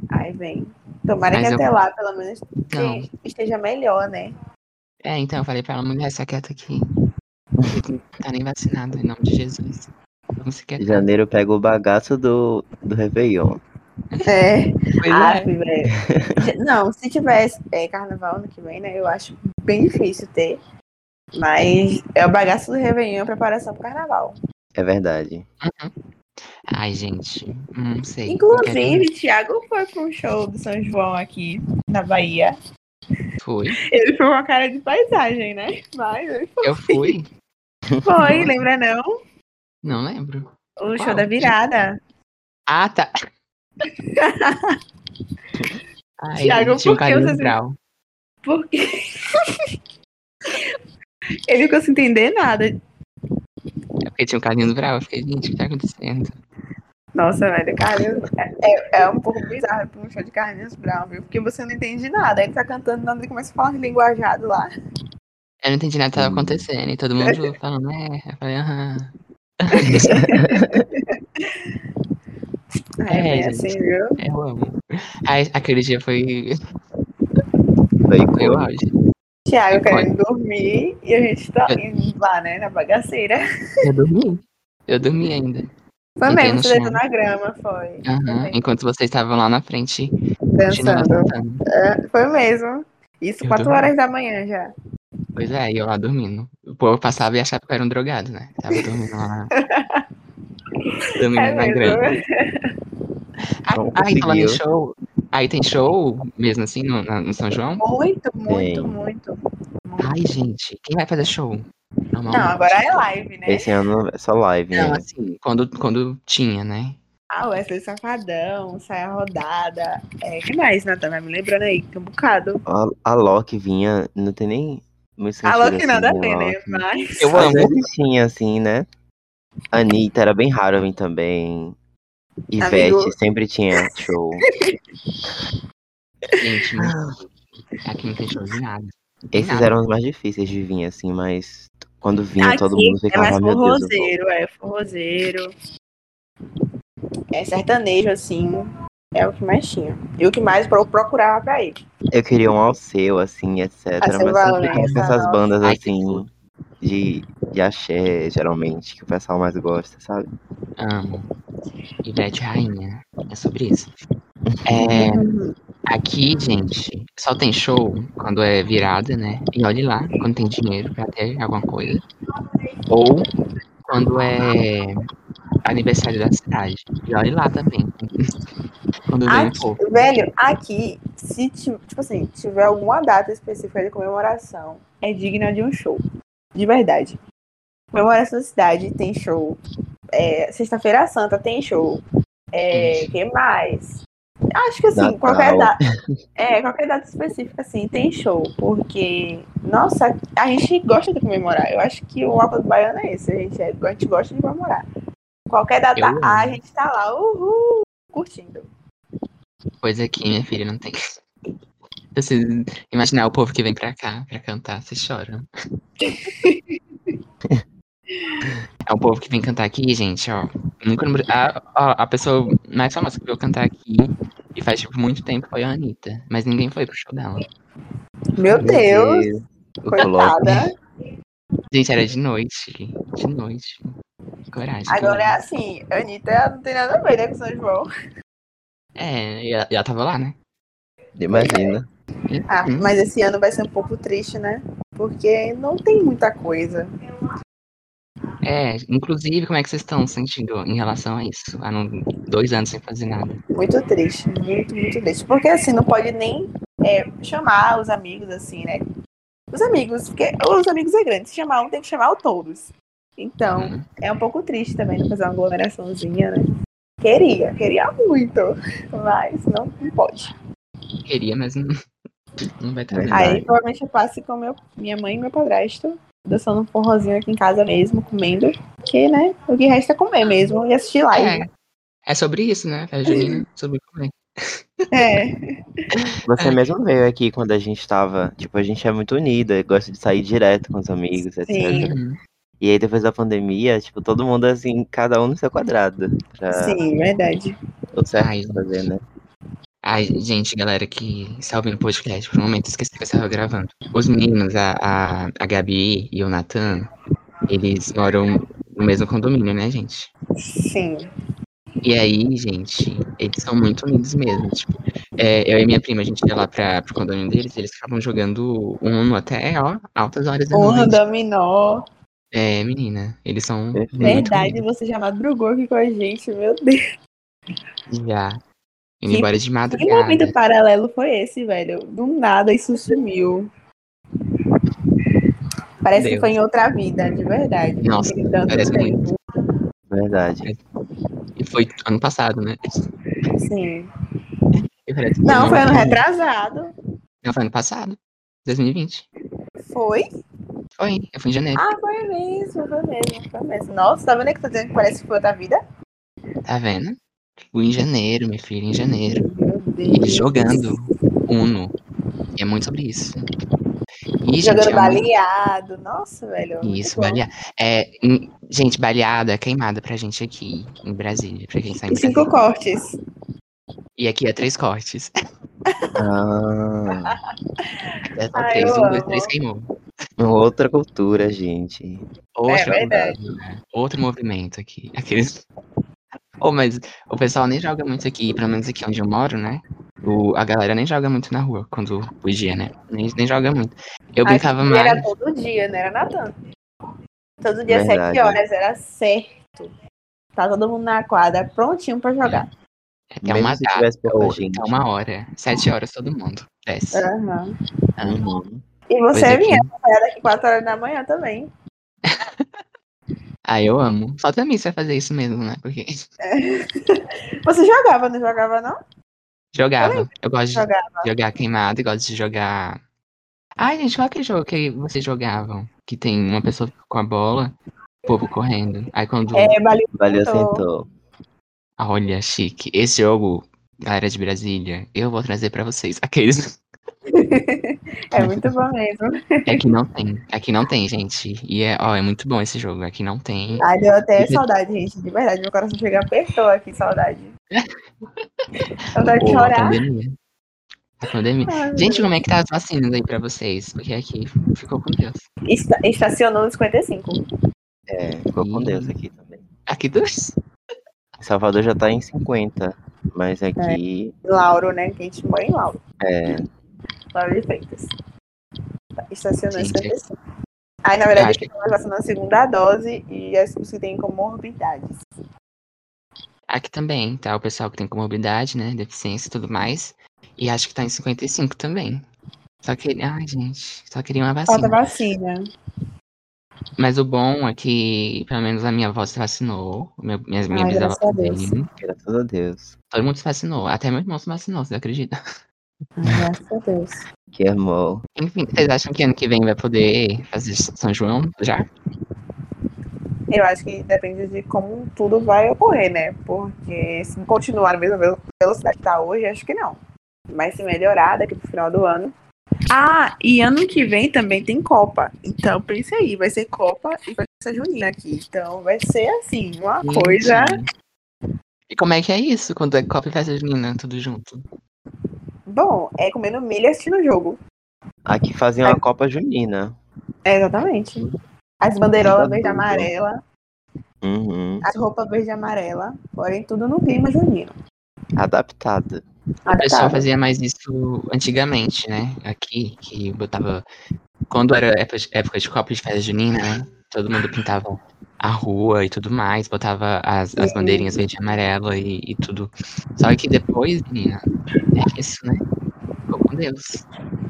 Ai, vem. Tomara
Mas
que
eu-
até lá, pelo menos,
Então.
que esteja melhor, né?
É, então, eu falei pra ela, mulher, se aquieta aqui. Tá nem vacinado, em nome de Jesus. Vamos se
Em
quietar.
janeiro pega o bagaço do, do Réveillon.
É.
Pois
Ah,
é.
velho. Não, se tivesse é, carnaval ano que vem, né? Eu acho bem difícil ter. Mas é o bagaço do Réveillon, preparação pro carnaval.
É verdade.
Ai, gente, não sei. Eu quero-
Inclusive, Thiago foi pra um show do São João aqui na Bahia.
Fui.
Ele foi uma cara de paisagem, né? Mas ele
Eu fui?
foi, lembra não?
Não lembro.
O
Qual?
show da virada.
Ah, tá. Ai,
Thiago,
tinha um
por que
carinho
você-
grau.
Porque. ele ficou sem entender nada.
É porque tinha um carinho grau. Eu fiquei, gente, o que tá acontecendo?
Nossa, velho, Carlinhos é, é um pouco bizarro pra um show de Carlinhos Brown, viu? Porque você não entende nada. Ele tá cantando, nada, ele começa a falar um linguajado lá.
Eu não entendi nada que
Uhum.
tava
Hum.
acontecendo. E todo mundo falando, é. Eu falei, aham. É,
É, é
gente.
assim, viu?
Eu amo. Aí, aquele dia foi,
Foi
foi o
icônico.
auge.
Thiago
É, Pode. É.
querendo dormir e a gente tá indo lá, né, na bagaceira.
Eu dormi. Eu dormi ainda.
Também,
no
você deitou
chão.
na grama, foi.
Aham,
Também.
Enquanto vocês estavam lá na frente, continuando
Dançando.
cantando.
É, foi mesmo. Isso,
Eu
quatro
dormi.
horas da manhã já.
Pois é, e eu lá dormindo. O povo passava e achava que eu era um drogado, né? Tava dormindo lá. dormindo
É
na
mesmo.
grama. Ah,
Não
aí falando em
conseguiu.
show. Aí tem show mesmo assim no, na- no São João?
Muito, muito,
Tem.
muito.
Ai, gente, quem vai fazer show? Normalmente.
Não, agora é live, né?
Esse ano é só live,
Não,
né?
assim, quando, quando tinha, né?
Ah, Wesley Safadão, Saia Rodada. É, que mais, Natan? Vai me lembrando aí, tem um bocado.
A, a Loki vinha, não tem nem muito sentido.
Alô, Ah, que
assim,
nada a
de
ver, né?
Loki.
Mas.
Eu
Às
amo.
vezes tinha, assim, né? Anitta era bem raro vir também. Ivete
Amigo.
sempre tinha show.
Gente, mas aqui não tem show de nada.
Esses
Nada.
eram os mais difíceis de vir, assim, mas quando vinha,
Aqui
todo mundo
é
ficava,
mais
meu Deus. eu vou."
forrozeiro, é forrozeiro. É sertanejo, assim. É o que mais tinha. E o que mais eu procurava pra ele.
Eu queria um Alceu, assim, etc.
Alceu
mas sempre
Valença,
tem essas
nossa.
bandas,
Ai,
assim, de, de axé, geralmente, que o pessoal mais gosta, sabe?
Amo. Ivete Rainha. É sobre isso. É, aqui, gente, só tem show quando é virada, né? E olhe lá, quando tem dinheiro pra ter alguma coisa. Ou quando é aniversário da cidade. E olhe lá também. quando vem um
Aqui,
pouco.
velho, aqui, se ti- tipo assim, tiver alguma data específica de comemoração, é digna de um show. De verdade. Comemoração da cidade tem show. É, Sexta-feira Santa tem show. É, que mais? Acho que assim,
Natal.
qualquer data. É, qualquer data específica, assim, tem show. Porque, nossa, a gente gosta de comemorar. Eu acho que o mapa do baiano é esse. A gente, é- a gente gosta de comemorar. Qualquer data,
Eu amo.
A, a gente tá lá, uhul, curtindo.
Coisa que minha filha não tem. Se Você imaginar o povo que vem pra cá pra cantar, vocês choram. é o povo que vem cantar aqui, gente, ó. Nunca no Bra- a, ó, a pessoa mais famosa que veio cantar aqui e faz tipo, muito tempo foi a Anitta. Mas ninguém foi pro show dela.
Meu Deus,
O Loki
coitada.
Gente, era de noite. De noite. Coragem.
Agora
coragem.
é assim, a Anitta não tem nada a ver, né, com São João.
É, e ela, e ela tava lá, né?
Imagina.
Ah,
Hum.
mas esse ano vai ser um pouco triste, né? Porque não tem muita coisa.
É, inclusive, como é que vocês estão sentindo em relação a isso? Há não- dois anos sem fazer nada.
Muito triste, muito, muito triste. Porque assim, não pode nem é, chamar os amigos, assim, né? Os amigos, porque os amigos é grande. Se chamar um, tem que chamar o todos. Então,
Hum.
é um pouco triste também não fazer uma aglomeraçãozinha, né? Queria, queria muito, mas não, não pode.
Queria, mas não, não vai estar
Mas
dando.
vai.
Aí provavelmente eu passe com meu, minha mãe e meu padrasto, dançando um forrozinho aqui em casa mesmo, comendo. Porque, né? O que resta é comer mesmo e assistir live.
É, é sobre isso, né? Festa junina, sobre comer.
É.
Você
É.
mesmo veio aqui quando a gente tava. Tipo, a gente é muito unida, gosta de sair direto com os amigos, etc.
Sim.
Uhum.
E aí depois da pandemia, tipo, todo mundo assim, cada um no seu quadrado.
É.
Pra
Sim, verdade.
o certo
Ai.
fazer, né?
Ai, gente, galera que está ouvindo o podcast, por um momento eu esqueci que eu estava gravando. Os meninos, a, a, a Gabi e o Natan, eles moram no mesmo condomínio, né, gente?
Sim.
E aí, gente, eles são muito unidos mesmo. Tipo, é, eu e minha prima, a gente ia lá pra, pro condomínio deles, eles ficavam jogando Uno até, ó, altas horas da
Honra
noite.
dominó.
É, menina, eles são.
Perfeito.
muito
Verdade, você já madrugou aqui com a gente, meu Deus.
unidos Já. Indo
Que-
embora de
Que momento
madrugada.
paralelo foi esse, velho? Do nada isso sumiu. Parece que
Deus.
foi em outra vida, de verdade.
Nossa,
De tanto
parece
tempo.
Verdade.
E foi ano passado, né?
Sim.
Eu falei,
Não, foi ano
não,
retrasado.
Não, foi ano passado. 2020.
Foi?
Foi. Eu fui em janeiro.
Ah, foi mesmo, foi mesmo, foi mesmo. Nossa, tá vendo que tá dizendo que parece que foi outra vida?
Tá vendo? Fui em janeiro, minha filha, em janeiro.
Meu Deus.
Eles jogando Uno. E é muito sobre isso. E,
Jogando
gente, é muito-
baleado. Nossa, velho. muito
Isso,
bom.
baleada. É, em- gente, baleada é queimada pra gente aqui em Brasília, pra quem está em
E
Brasília.
cinco cortes.
E aqui é três cortes.
Ah,
É só
Ai,
três,
eu
um, dois,
amo.
três, queimou.
outra cultura, gente.
Outra
É, verdade.
mudada, né? Outro movimento aqui. Aqueles... Ô, mas o pessoal nem joga muito aqui, pelo menos aqui onde eu moro, né? O, a galera nem joga muito na rua quando podia, né? Nem, nem joga muito. Eu
Aqui
brincava mais.
Era todo dia, não era Natan. Todo dia,
Verdade.
sete horas, era certo. Tá todo mundo na quadra, prontinho pra jogar.
É uma
Mesmo se tivesse
data,
pouca
ou
gente.
é uma hora. Sete horas todo mundo. Desce.
É. Aham.
Uhum.
E
Pois
você
aqui-
vinha acompanhar daqui 4 horas da manhã também.
Ah, eu amo. Só também você vai fazer isso mesmo, né? Porque
Você jogava, não jogava, não?
jogava. Eu gosto de
Jogava.
jogar queimado e gosto de jogar. Ai, gente, qual é aquele jogo que vocês jogavam? Que tem uma pessoa com a bola, o povo correndo. Aí quando.
É, Bali-
Valeu,
Sentou.
sentou.
Ah, Olha, chique. Esse jogo, galera de Brasília, eu vou trazer pra vocês. Aqueles.
é muito bom mesmo.
É que não tem. Aqui não tem, gente. E é, ó, é muito bom esse jogo. Aqui não tem.
Ai, deu até saudade, gente. De verdade, meu coração chega apertou aqui, saudade. Saudade de
Ou a
chorar.
pandemia. A pandemia. Gente, como é que tá as vacinas aí pra vocês? Porque aqui ficou com Deus.
Esta- Estacionou no 55.
É, ficou com Deus aqui também.
Aqui dos.
Salvador já tá em 50, mas aqui
Lauro, né? Que a gente mora em Lauro.
é,
Lauro de Freitas. Tá, Estacionou em
Gente,
55. Aí, na verdade,
Ah,
a gente tá vacinando a segunda dose e as pessoas que têm comorbidades.
Aqui também, tá? O pessoal que tem comorbidade, né? Deficiência e tudo mais. E acho que tá em 55 também. Só que. Ai, gente. Só queria uma
Falta
vacina.
vacina.
Mas o bom é que, pelo menos, a minha avó se vacinou. Meu, minha minha
Ai,
bisavó
Ah, graças a Deus.
também.
graças a Deus.
Todo mundo se vacinou. Até meu irmão se vacinou, você acredita?
Graças a Deus.
Que amor.
Enfim, vocês acham que ano que vem vai poder fazer São João já?
Eu acho que depende de como tudo vai ocorrer, né? Porque se continuar na mesma velo- velocidade que tá hoje, acho que não. Mas se melhorar daqui pro final do ano.
Ah, e ano que vem também tem Copa. Então pense aí, vai ser Copa e vai ser Junina aqui.
Então vai ser assim, uma
Gente.
coisa.
E como é que é isso quando é Copa e festa junina, tudo junto?
Bom, é comendo milho e assistindo o jogo.
Aqui fazem uma Copa Junina.
É, exatamente. As bandeirolas verde e amarela,
Uhum.
as roupas verde e amarela, porém tudo no clima junino.
Adaptada.
O pessoal
Adaptado.
fazia mais isso antigamente, né? Aqui, que botava. Quando era época de- época de Copa e de festa junina, né? Todo mundo pintava a rua e tudo mais, botava as, as
Sim.
bandeirinhas verde e amarela e, e tudo. Só que depois, menina, é isso, né? Ficou com Deus.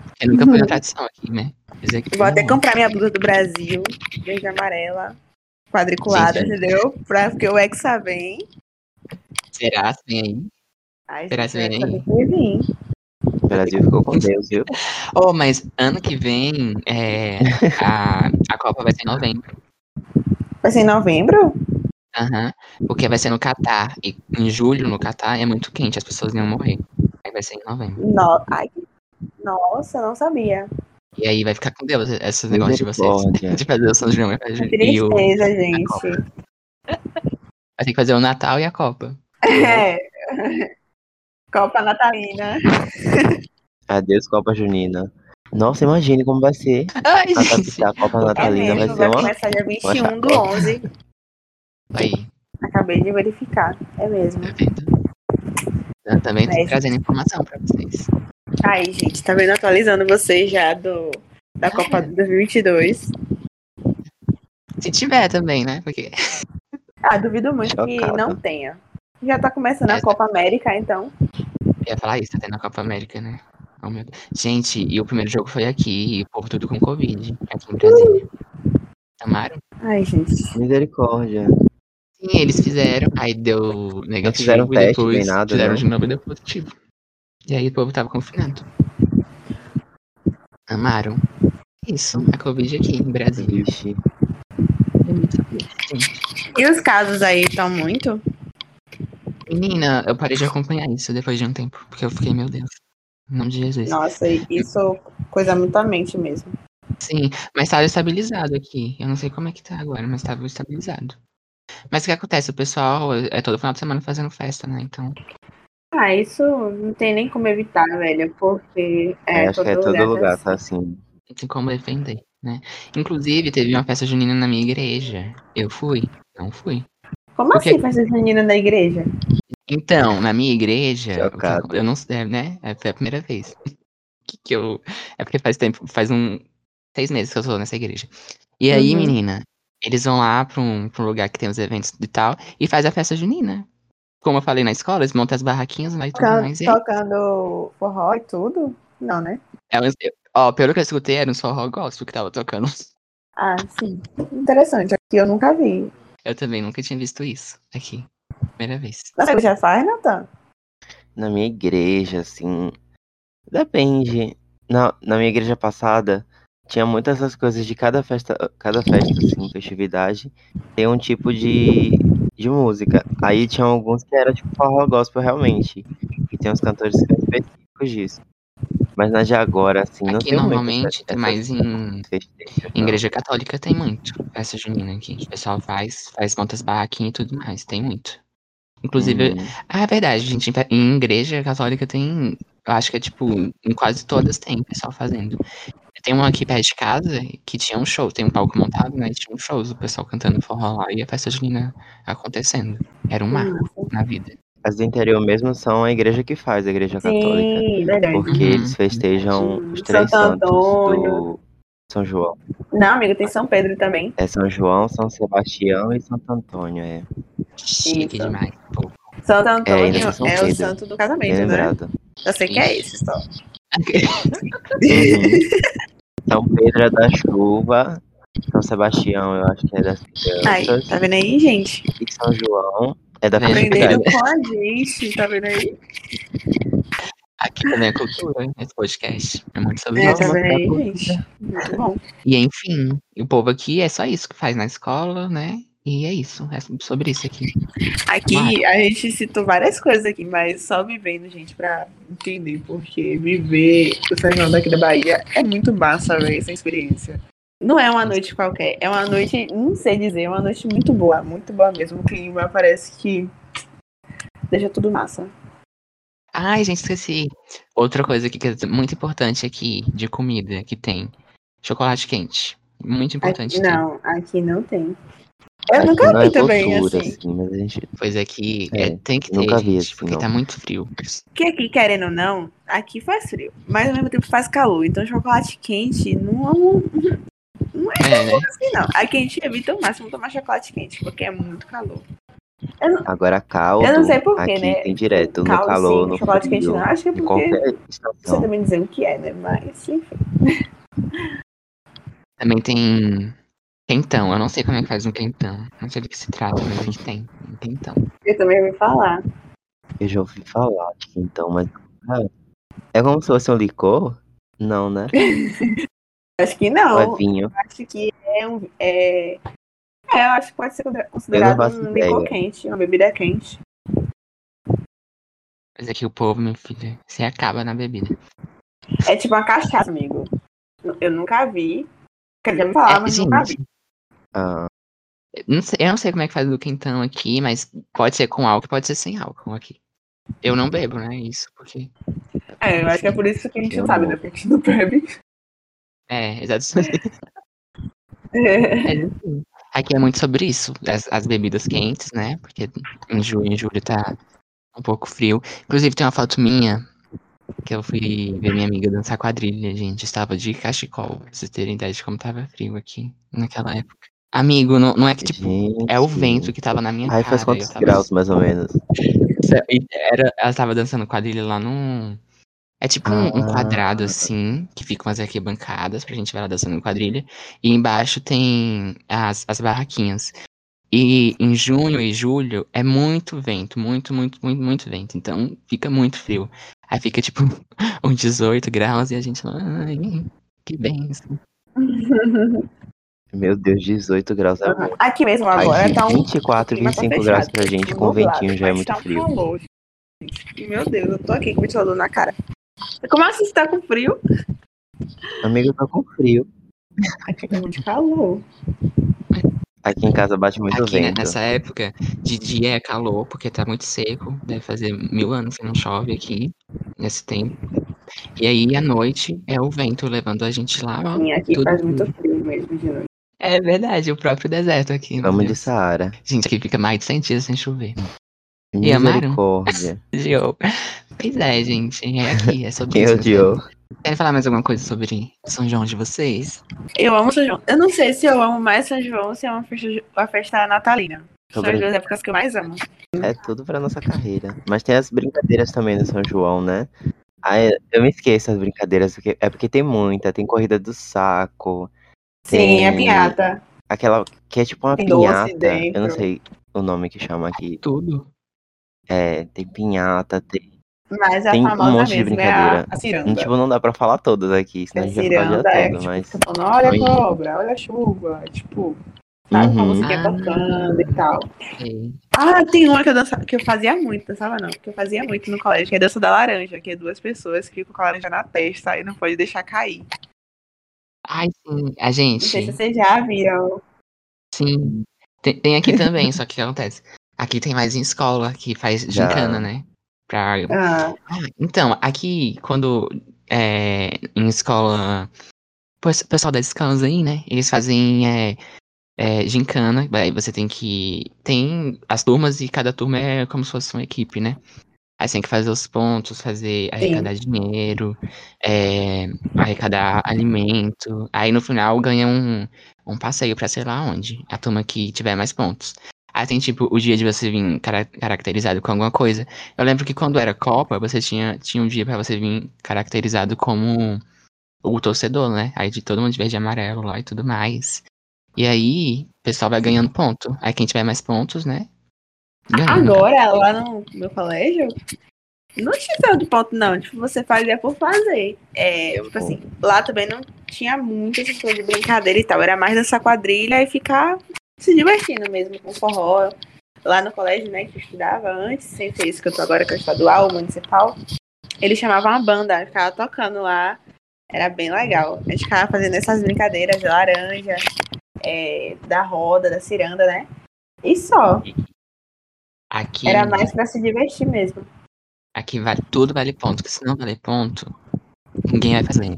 Porque nunca foi uma tradição aqui, né? Mas aqui
Uhum. Vou até
não.
comprar minha blusa do Brasil, verde e amarela, quadriculada,
Gente.
entendeu? Pra, porque o Hexa vem.
Será que vem aí?
Aí
Será
gente,
que
o
vem
Hexa vai vir.
O Brasil ficou com Deus, viu?
Oh, mas ano que vem é, a, a Copa vai ser em novembro.
Vai ser em novembro?
Aham. Porque vai ser no Catar. E em julho, no Catar, é muito quente, as pessoas iam morrer. Aí vai ser em novembro.
No... Ai, que- nossa, não sabia.
E aí vai ficar com Deus esses negócios de vocês.
Misericórdia.
De fazer o São João e fazer-
Que
e o. Vai
tristeza, gente.
Copa. ter que fazer o Natal e a Copa.
É. Copa Natalina. É
Adeus, Copa Junina. Nossa, imagine como vai ser
Ai, gente.
adaptar a Copa Natalina.
é
Vai
mesmo,
ser
vai
uma.
começar dia 21 do
chacota.
11.
Aí,
Acabei de verificar. É mesmo.
tá vendo? Eu também tô
Mas-
trazendo informação pra vocês.
Aí, gente, tá vendo? Atualizando vocês já do, da Copa 2022.
Se tiver também, né? Porque.
Ah, duvido muito que
Chocado.
não tenha. Já tá começando a
Mas-
Copa América, então.
Eu ia falar isso, tá tendo a Copa América, né? Oh, meu Deus. Gente, e o primeiro jogo foi aqui, e o povo tudo com Covid, aqui em Brasília. Tá Amaram?
Ai, gente.
Misericórdia.
Sim, eles fizeram, aí deu negativo,
fizeram
e
teste,
depois
nem nada,
fizeram
não?
de novo e deu positivo. E aí o povo tava confinado. Amaram. É Isso, a Covid aqui em Brasília.
Vixe.
É muito triste, gente.
E os casos aí estão muito?
Menina, eu parei de acompanhar isso depois de um tempo, porque eu fiquei, meu Deus. Em nome de Jesus.
Nossa, isso coisa muito à mente mesmo.
Sim, mas estava estabilizado aqui. Eu não sei como é que tá agora, mas estava estabilizado. Mas o que acontece? O pessoal é todo final de semana fazendo festa, né? Então.
Ah, isso não tem nem como evitar, velho, porque é,
É, acho que é todo lugar, tá assim.
não tem como defender, né? Inclusive, teve uma festa junina na minha igreja. Eu fui? Não fui.
Como
Porque-
assim festa junina na igreja?
Então, na minha igreja, o que
Chocado.
acon- eu não sei, né? É, Foi a primeira vez. que que eu. É porque faz tempo, faz um. Seis meses que eu tô nessa igreja. E aí,
Uhum.
menina, eles vão lá pra um, pra um lugar que tem os eventos e tal, e faz a festa junina. Como eu falei na escola, eles montam as barraquinhas lá e tudo
Toca-
mais.
é.
E aí,
Tocando forró e tudo? Não, né?
é um- eu- ó, pelo que eu escutei, era um forró gospel que tava tocando.
Ah, sim. Interessante. Aqui eu nunca vi.
Eu também nunca tinha visto isso aqui. Primeira vez.
Na sua já faz, Natan?
Na minha igreja, assim. Depende. Na, na minha igreja passada, tinha muitas essas coisas de cada festa, cada festa, assim, festividade, tem um tipo de, de música. Aí tinha alguns que era tipo forró gospel realmente. E tem uns cantores que são específicos disso. Mas na de agora, assim, não
Aqui,
tem muito
normalmente,
essa-
tem
essas
mais em-
festejos,
Em
não.
igreja católica tem muito festa junina aqui. O pessoal faz, faz monta as barraquinhas e tudo mais. Tem muito. Inclusive,
Hum,
ah, é verdade, gente. em pe- Em igreja católica tem. Eu acho que é tipo, em quase todas tem o pessoal fazendo. Tem uma aqui perto de casa que tinha um show, tem um palco montado, né? e Tinha um show, o pessoal cantando forró lá e a festa junina acontecendo. Era um marco na vida.
as do interior mesmo são a igreja que faz, a igreja católica.
Sim, verdade.
Porque
Uhum.
eles festejam
Hum,
os
Santo
três santos
Antônio.
do São João.
Não, amigo, tem São Pedro também.
É São João, São Sebastião e Santo Antônio, é.
Chique
Isso.
demais. Pô.
Santo
É,
Antônio
ainda
é,
tem São
o
Pedro. É
santo do
Bem
casamento, né?
lembrado.
Eu sei que é esse só.
Uhum. São Pedro é da chuva, São Sebastião eu acho que é das
Aí,
crianças,
tá vendo aí, gente?
e São João é da
Vem.
festividade.
Aprendendo com a gente, tá vendo aí?
Aqui também é cultura, né? esse podcast. É muito sobre
É,
isso.
tá
Nossa,
vendo aí,
tá
gente? Muito bom.
E enfim, o povo aqui é só isso que faz na escola, né? E é isso, é sobre isso aqui.
Vai.
Aqui a gente citou várias coisas aqui, mas só vivendo, gente, pra entender, porque viver o São João daqui da Bahia é muito massa, velho, essa experiência. Não é uma noite qualquer, é uma noite, não sei dizer, é uma noite muito boa, muito boa mesmo. O clima parece que deixa tudo massa.
Ai, gente, esqueci. Outra coisa aqui que é muito importante aqui de comida que tem. Chocolate quente. Muito importante.
Aqui,
ter.
não, aqui não tem. Eu
Aqui
nunca
não
vi
é
também,
cultura,
assim.
assim, mas a gente
Pois aqui é,
É,
tem que ter,
nunca vi
gente,
esse,
porque
não.
tá muito frio.
Que aqui, querendo ou não, aqui faz frio, mas ao mesmo tempo faz calor. Então chocolate quente não é um-
É, né?
assim, não. Aqui a gente evita o máximo tomar chocolate quente, porque é muito calor.
agora caldo.
Eu não sei por quê,
aqui
né?
tem direto, no
Caldo,
É, calor,
sim,
no
chocolate quente
frio,
não. Acho que é
em
porque
qualquer
você
estação.
também dizer o que é, né? Mas, enfim.
Também tem quentão. Eu não sei como é que faz um quentão. Não sei do que se trata, mas aqui tem. Um quentão.
Eu também ouvi falar.
Eu já ouvi falar, acho que então, mas ah, é como se fosse um licor? Não, né?
Acho que
Ou
não.
é vinho?
acho que é um. É, é, eu acho que pode ser
Eu não
considerado
faço
um licor
ideia.
quente, uma bebida quente.
Mas aqui o povo, meu filho, você acaba na bebida.
É tipo uma cachaça, amigo. Eu nunca vi. Quer dizer, me falar,
É,
mas tá nunca vi.
gente,
Ah,
Não sei- eu não sei como é que faz do quentão aqui, mas pode ser com álcool, pode ser sem álcool aqui. Eu não bebo, né? Isso, porque.
É, eu acho que é por isso que a gente não sabe, né? Porque a gente não bebe.
É, exatamente.
É.
Mas, enfim, Aqui é muito sobre isso, as, as bebidas quentes, né? Porque em junho, em julho tá um pouco frio. Inclusive, tem uma foto minha que eu fui ver minha amiga dançar quadrilha, gente. Estava de cachecol, pra vocês terem ideia de como tava frio aqui naquela época. Amigo, não, não é que, tipo, é o
gente.
vento que tava na minha
Aí
cara.
faz
eu
quantos
tava assim.
graus, mais ou menos?
Sa- e Era, ela tava dançando quadrilha lá num. É tipo um, um
Ah.
quadrado assim, que fica umas arquibancadas pra gente ver ela dançando quadrilha. E embaixo tem as, as barraquinhas. E em junho e julho é muito vento, muito, muito, muito, muito vento. Então fica muito frio. Aí fica tipo uns 18 graus e a gente fala, ai, que benção.
Meu Deus, 18 graus é muito.
Aqui mesmo Ah, agora
Aí,
tá um
24,
clima tá
25
fechado,
graus pra gente, com
nublado,
ventinho já é
mas
muito
tá um
frio.
calor, gente. Meu Deus, eu tô aqui com o ventilador na cara. Como assim você tá com frio?
Amigo, eu tô com frio.
Aqui tá muito calor.
Aqui em casa bate muito
Aqui, né,
vento.
nessa época, de dia é calor, porque tá muito seco, deve fazer mil anos que não chove aqui, nesse tempo. E aí, à noite, é o vento levando a gente lá, ó.
Sim, aqui
Tudo
faz
frio.
muito frio mesmo de noite.
É verdade, o próprio deserto aqui. meu
Vamos de
Deus.
Saara.
Gente, aqui fica mais de 100 dias sem chover. E amaram?
Misericórdia.
Geo. Pois é, gente. É aqui, é sobre
Quem
isso.
odiou?
Querem falar mais alguma coisa sobre São João de vocês?
Eu amo São João. Eu não sei se eu amo mais São João ou se é uma festa, uma festa natalina. São as
Sobre-
duas épocas que eu mais amo.
É tudo pra nossa carreira. Mas tem as brincadeiras também do São João, né? Ah, é- eu me esqueço as brincadeiras, porque é porque tem muita. Tem corrida do saco,
Sim, é
Tem-
piada.
aquela que é tipo uma
Tem doce
pinhata. Eu não
dentro.
sei o nome que chama aqui.
Tudo.
É, tem pinhata, tem.
Mas a
Tem um
famosa
monte de
mesmo é a,
brincadeira.
a ciranda.
Não, tipo, não dá pra falar todas aqui, senão a
É
gente vai falar o
ciranda,
dia
é
tipo,
todo, mas.
Tá falando, olha a
Oi.
cobra, olha a chuva. Tipo, sabe, com a
Uhum.
musiquinha
Ah.
tocando e tal.
Ok.
Ah, tem uma que eu, dança, que eu fazia muito, dançava não, que eu fazia muito no colégio, que é dança da laranja, que é duas pessoas que ficam com a laranja na testa e não pode deixar cair.
Ai, sim. A
Não sei se
gente,
vocês já viram.
sim. Tem, tem aqui também, só que o que acontece? Aqui tem mais em escola, que faz
Já.
gincana, né? Pra
Ah,
Então, aqui, quando é, em escola, o pes- pessoal das escolas aí, né? Eles fazem é, é, gincana, aí você tem que. Tem as turmas e cada turma é como se fosse uma equipe, né? Aí você tem que fazer os pontos, fazer arrecadar dinheiro, é, arrecadar alimento. Aí no final ganha um, um passeio pra sei lá onde. A turma que tiver mais pontos. Aí tem tipo o dia de você vir cara- caracterizado com alguma coisa. Eu lembro que quando era Copa, você tinha, tinha um dia pra você vir caracterizado como o torcedor, né? Aí de todo mundo de verde e amarelo lá e tudo mais. E aí, o pessoal vai ganhando ponto. Aí quem tiver mais pontos, né? Ganha.
Agora, lá Ah, no meu colégio, não tinha tanto ponto, não. Tipo, você fazia por fazer. É, tipo assim, lá também não tinha muita essa coisa de brincadeira e tal. Era mais dançar quadrilha e ficar se divertindo mesmo com forró. Lá no colégio, né, que eu estudava antes, sem ser isso que eu tô agora, que é estadual, municipal, eles chamavam a banda, ficava tocando lá. Era bem legal. A gente ficava fazendo essas brincadeiras de laranja, é, da roda, da ciranda, né? E só.
Aqui,
Era mais pra se divertir mesmo.
aqui vale tudo, vale ponto. Porque se não valer ponto, ninguém vai fazer.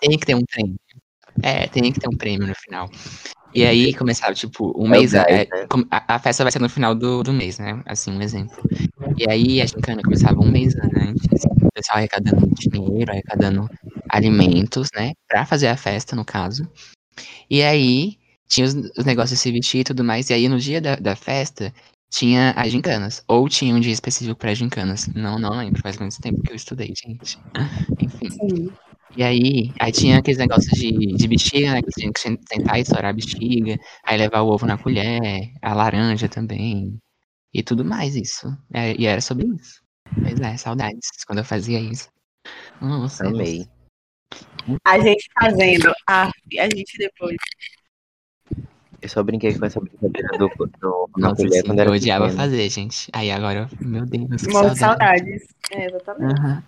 tem que ter um prêmio. É, tem que ter um prêmio no final. E aí começava, tipo, um
É o
mês.
gás,
é,
né?
com- a, a festa vai ser no final do, do mês, né? Assim, um exemplo. E aí a gincana começava um mês antes. O pessoal arrecadando dinheiro, arrecadando alimentos, né? Pra fazer a festa, no caso. E aí tinha os, os negócios de se vestir e tudo mais. E aí no dia da, da festa tinha as gincanas. Ou tinha um dia específico pra gincanas. Não, não lembro. Faz muito tempo que eu estudei, gente. Enfim.
assim,
E aí, aí tinha aqueles negócios de, de bexiga, né? Que tinha que sentar e estourar a bexiga, aí levar o ovo na colher, a laranja também, e tudo mais isso. É, e era sobre isso. Pois é, saudades quando eu fazia isso. Nossa,
Amei.
A gente fazendo. Ah, e a gente depois.
Eu só brinquei com essa brincadeira do, do na
nossa,
colher
sim,
quando era
eu odiava
pequeno.
fazer, gente. Aí agora, eu- meu Deus, que
Um
Morro
saudade.
de saudades. É, exatamente.
Aham.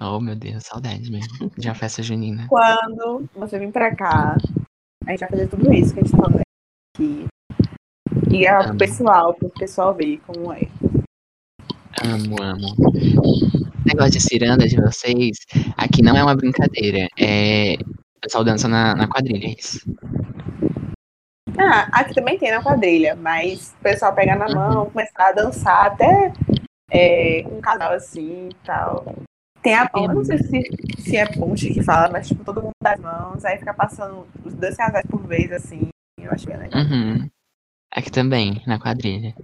Oh, meu Deus, saudade mesmo. De uma festa junina.
quando você vir pra cá, a gente vai fazer tudo isso que a gente tá falando aqui. E é pro
Amém.
pessoal, pro pessoal ver como é.
Amo, amo. O negócio de ciranda de vocês, aqui não é uma brincadeira. É. O pessoal dança na, na quadrilha, é isso.
Ah, aqui também tem na quadrilha, mas o pessoal pega na
Uhum.
mão, começar a dançar até é, um casal assim e tal.
Tem a
Eu
eu
não sei se, se é ponte que fala, mas tipo, todo mundo das mãos, aí fica passando os dois casais por vez assim. Eu acho bem legal.
Uhum. Aqui também, na quadrilha.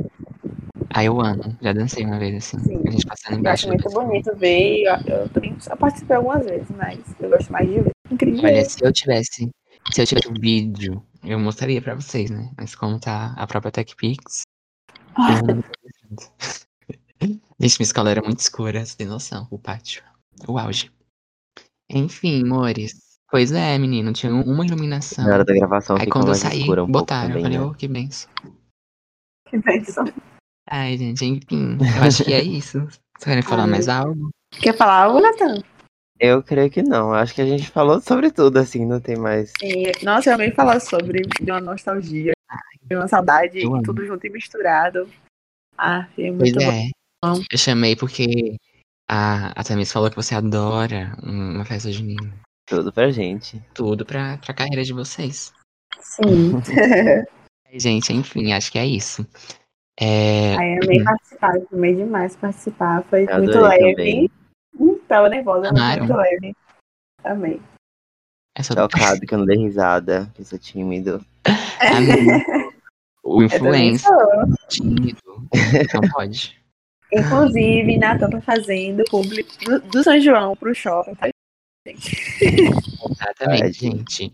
Ah, eu amo. Já dancei uma vez assim.
Sim.
A gente passando
Eu acho
embaixo. do
muito
pessoal.
bonito ver. Eu, eu também só participei algumas vezes, mas eu gosto mais de ver. Incrível.
Olha, se eu tivesse. Se eu tivesse um vídeo, eu mostraria pra vocês, né? Mas como tá a própria TechPix. eu não Gente, minha escola era muito escura, você tem noção. O pátio. O auge. Enfim, amores. Pois é, menino, tinha uma iluminação.
Na hora da gravação
Aí
fica
quando eu
mais
saí,
escura um
botaram.
pouco
eu falei,
também, né?
oh, que benção.
Invenção.
Ai, gente, enfim. Eu acho que é isso. Vocês querem falar
Ai.
mais algo?
Quer falar algo, Natan?
Eu creio que não. Acho que a gente falou sobre tudo, assim, não tem mais.
E, Nossa, eu amei falar sobre de uma nostalgia, de uma saudade,
Eu amo.
tudo junto e misturado. Ah, é
Pois
muito bom.
é. Eu chamei porque a, a Thames falou que você adora uma um, festa junina.
Tudo pra gente.
Tudo pra, pra carreira de vocês.
Sim.
É, Gente, enfim, acho que é isso. É,
Aí eu amei participar, eu amei demais participar. Foi
Eu
muito
adorei
leve.
também.
Hum, Tava nervosa, mas
Amaram.
muito leve. Amei.
essa-
Chocado que eu não dei risada, que eu sou tímido.
Amigo, o
Eu É. também
influencer
sou.
tímido. Não pode.
Inclusive, Natan tá fazendo público do, do São João pro shopping. tá?
Exatamente,
Verdade.
gente.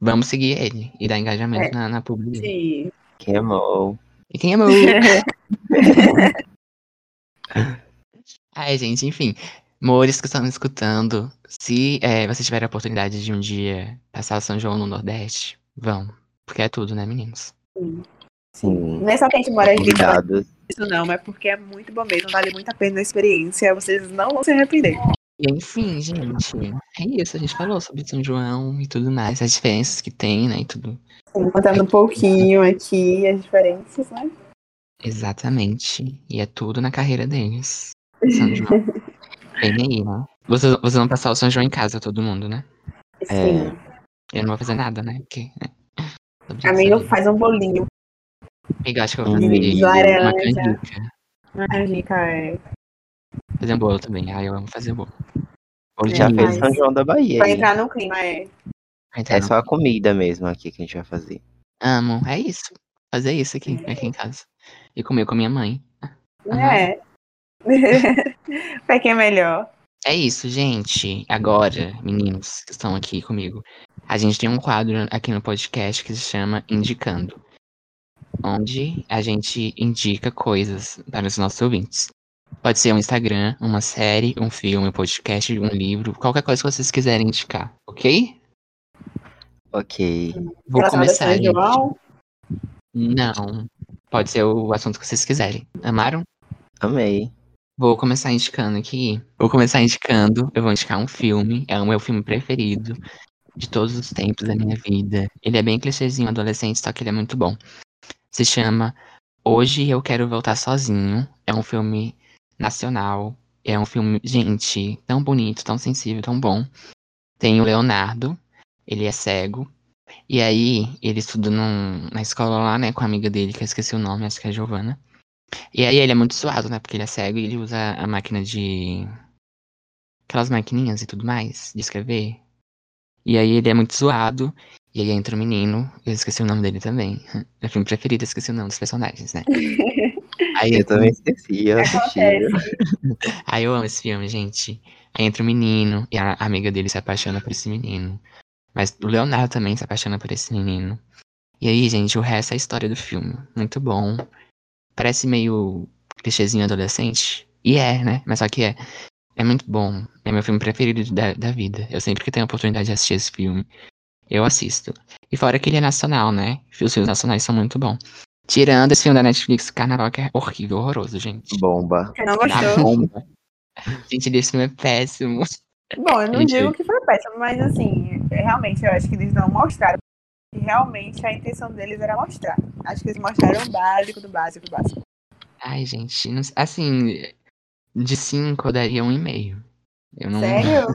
Vamos seguir ele e dar engajamento
É.
na, na publi dele.
Sim.
Queimou.
E quem é amou? Ai, gente, enfim. Mores que estão me escutando, se é, vocês tiverem a oportunidade de um dia passar o São João no Nordeste, vão. Porque é tudo, né, meninos?
Sim.
Não é só que a gente mora aqui fala
Convidados.
isso, não, mas porque é muito bom mesmo, vale muito a pena a experiência, vocês não vão se arrepender.
E enfim, gente, é isso. A gente falou sobre São João e tudo mais, as diferenças que tem, né, e tudo.
Sim, contando um pouquinho aqui as diferenças, né?
Exatamente. E é tudo na carreira deles. São João. Bem aí, né? Vocês, vocês vão passar o São João em casa, todo mundo, né?
Sim.
Eu não vou fazer nada, né? Porque, né? Tô brincando.
Amigo faz um bolinho.
Amigo, acho que eu vou
Um
fazer
milho,
uma
laranja.
canjica.
A dica é.
Fazer um bolo também. Ah, eu amo fazer bolo.
A gente
É,
já
mas-
fez São João da Bahia.
Pra
hein?
entrar no clima, é.
Ah, Então,
É só a comida mesmo aqui que a gente vai fazer.
Amo. É isso. Fazer isso aqui, aqui em casa. E comer com a minha mãe.
É. pra quem é melhor.
É isso, gente. Agora, meninos que estão aqui comigo, a gente tem um quadro aqui no podcast que se chama Indicando, onde a gente indica coisas para os nossos ouvintes. Pode ser um Instagram, uma série, um filme, um podcast, um livro, qualquer coisa que vocês quiserem indicar, ok?
Ok.
Vou
Relacionado a
começar,
São
gente.
João,
Não. Pode ser o assunto que vocês quiserem. Amaram?
Amei.
Vou começar indicando aqui. Vou começar indicando. Eu vou indicar um filme. É o meu filme preferido de todos os tempos da minha vida. Ele é bem clichêzinho adolescente, só que ele é muito bom. Se chama Hoje Eu Quero Voltar Sozinho. É um filme nacional. É um filme, gente, tão bonito, tão sensível, tão bom. Tem o Leonardo. Ele é cego. E aí, ele estuda num- na escola lá, né, com a amiga dele, que eu esqueci o nome, acho que é Giovana. E aí ele é muito suado, né? Porque ele é cego e ele usa a máquina de. Aquelas maquininhas e tudo mais, de escrever. E aí ele é muito zoado. E aí entra o menino, eu esqueci o nome dele também. É Meu filme preferido, eu esqueci o nome dos personagens, né? aí
Eu
entra
também esqueci, eu assisti.
Acontece.
Aí eu amo esse filme, gente. Aí entra o menino e a amiga dele se apaixona por esse menino. Mas o Leonardo também se apaixona por esse menino. E aí, gente, o resto é a história do filme. Muito bom. Parece meio clichêzinho adolescente. E é, né? Mas só que é. É muito bom. É meu filme preferido da, da vida. Eu sempre que tenho a oportunidade de assistir esse filme, eu assisto. E fora que ele é nacional, né? Os filmes nacionais são muito bons. Tirando esse filme da Netflix, o Carnaval, que é horrível, horroroso, gente.
Bomba.
Quem não
Na
gostou.
bomba. Gente, esse filme é péssimo.
Bom, eu não
Entendi.
digo que foi péssimo, mas assim, é, realmente eu acho que eles não mostraram. E Realmente a intenção deles era mostrar. Acho que eles mostraram o básico do básico do básico.
Ai, gente, não sei- assim, de 5 eu daria um e meio. Eu não,
Sério?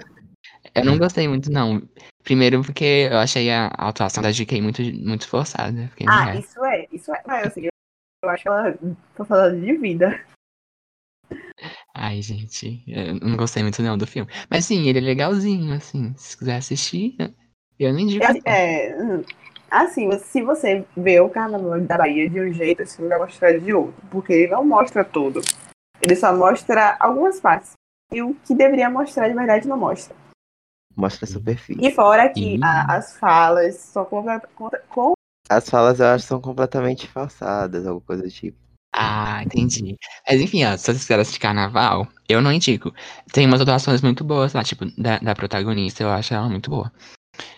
eu não gostei muito, não. Primeiro porque eu achei a a atuação da GK muito, muito forçada. Fiquei
Ah,
meio,
isso é, isso é. Não, eu, sei, eu acho que ela tô falando de vida.
Ai, gente, eu não gostei muito não do filme. Mas sim, ele é legalzinho, assim. Se quiser assistir, né, eu não indico. não.
É, é, hum. assim, se você vê o carnaval da Bahia de um jeito, esse filme vai mostrar de outro. Porque ele não mostra tudo. Ele só mostra algumas partes. E o que deveria mostrar de verdade não mostra.
Mostra a superfície.
E fora que
Ih.
a- as falas são contra, contra, com-
As falas eu acho que são completamente falsadas, alguma coisa do tipo.
Ah, entendi. Mas enfim, ó, se vocês quiserem assistir carnaval, eu não indico. Tem umas atuações muito boas lá, tipo, da, da protagonista, eu acho ela muito boa.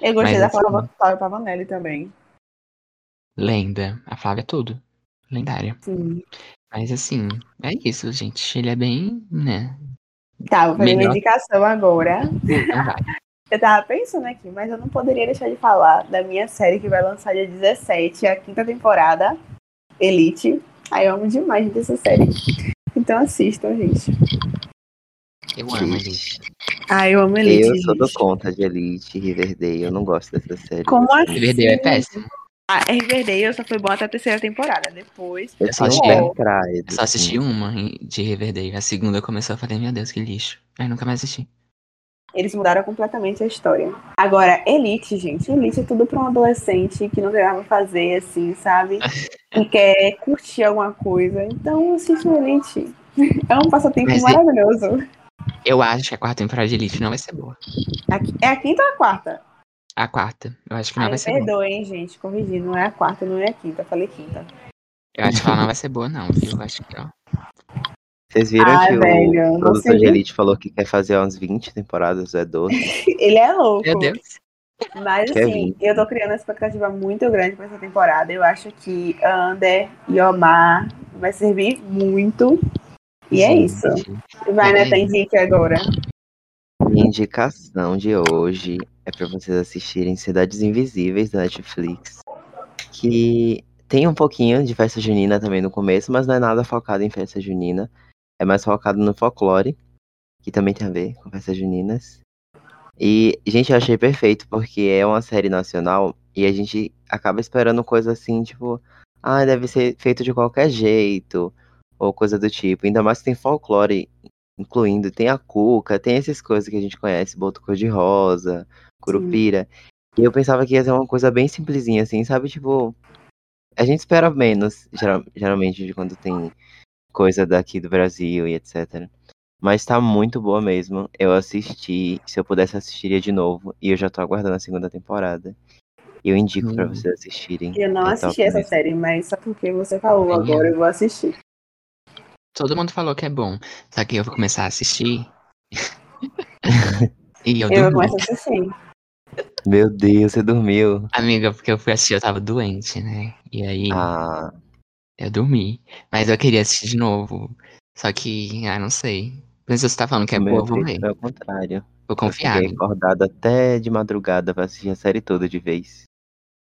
Eu gostei
Mas assim,
da
enfim.
forma do Flávio Pavanelli também.
Lenda. A Flávia é tudo. Lendária.
Sim.
Mas assim, é isso, gente. Ele é bem, né?
Tá, vou fazer minha
Melhor.
indicação agora.
Não vai.
Eu tava pensando aqui, mas eu não poderia deixar de falar da minha série que vai lançar dia 17, a quinta temporada, Elite. Aí eu amo demais dessa série. Então assistam, gente.
Eu amo, gente.
Ah, eu amo Elite.
Eu sou do
gente.
conta de Elite, Riverdale, eu não gosto dessa série.
Como assim?
Riverdale é péssimo.
Ah, Riverdale só foi bom até a terceira temporada. Depois.
Eu
Eu só
só assisti
assisti-
atrás. assim.
Eu só assisti uma em- de Riverdale. A segunda começou, eu falei, meu Deus, que lixo. Aí nunca mais assisti.
Eles mudaram completamente a história. Agora, Elite, gente. Elite é tudo pra um adolescente que não tem nada pra fazer, assim, sabe? Que quer curtir alguma coisa. Então, assiste o Elite. É um passatempo
Mas e-
maravilhoso.
Eu acho que a quarta temporada de Elite não vai ser boa.
Aqui- É a quinta ou a quarta?
A quarta, eu
Ah,
acho que não
Ai,
vai
me
ser boa.
perdoem, gente. Corrigindo, não é a quarta, não é a quinta. Falei quinta.
Eu acho que ela não vai ser boa, não, viu? Eu acho que ó.
Vocês viram
Ai,
que
Ah, velho,
o produtor
você
de
viu?
Elite falou que quer fazer umas 20 temporadas, é 12.
Ele é louco.
Meu Deus.
Mas
Quer
assim,
vir.
eu tô criando uma expectativa muito grande pra essa temporada. Eu acho que Ander e Omar vai servir muito. E
né? Uhum.
é isso. Vai, né? Tem dica agora.
Minha indicação de hoje é pra vocês assistirem Cidades Invisíveis da Netflix, que tem um pouquinho de festa junina também no começo, mas não é nada focado em festa junina, é mais focado no folclore, que também tem a ver com festas juninas. E, gente, eu achei perfeito, porque é uma série nacional e a gente acaba esperando coisa assim, tipo, ah, deve ser feito de qualquer jeito, ou coisa do tipo. Ainda mais que tem folclore incluindo tem a cuca, tem essas coisas que a gente conhece, boto cor-de-rosa, curupira. E eu pensava que ia ser uma coisa bem simplesinha, assim, sabe? Tipo, a gente espera menos, geral- geralmente, de quando tem coisa daqui do Brasil e etc. Mas tá muito boa mesmo. Eu assisti, se eu pudesse assistiria de novo, e eu já tô aguardando a segunda temporada. E eu indico pra
Hum.
vocês assistirem.
Eu não
É
assisti
top Uhum.
essa
mesmo.
série, mas só porque você falou
Ai,
agora, eu vou assistir.
Todo mundo falou que é bom. Só que eu vou começar a assistir. e eu,
Eu vou
dormi.
começar a assistir.
Meu Deus, você dormiu.
Amiga, porque eu fui assistir, eu tava doente, né? E aí
Ah,
eu dormi. Mas eu queria assistir de novo. Só que, ah, não sei. Mas se você tá falando que é
o meu
boa, eu vou
efeito
ver.
foi ao contrário.
Vou
Eu
confiar.
Fiquei acordado até de madrugada pra assistir a série toda de vez.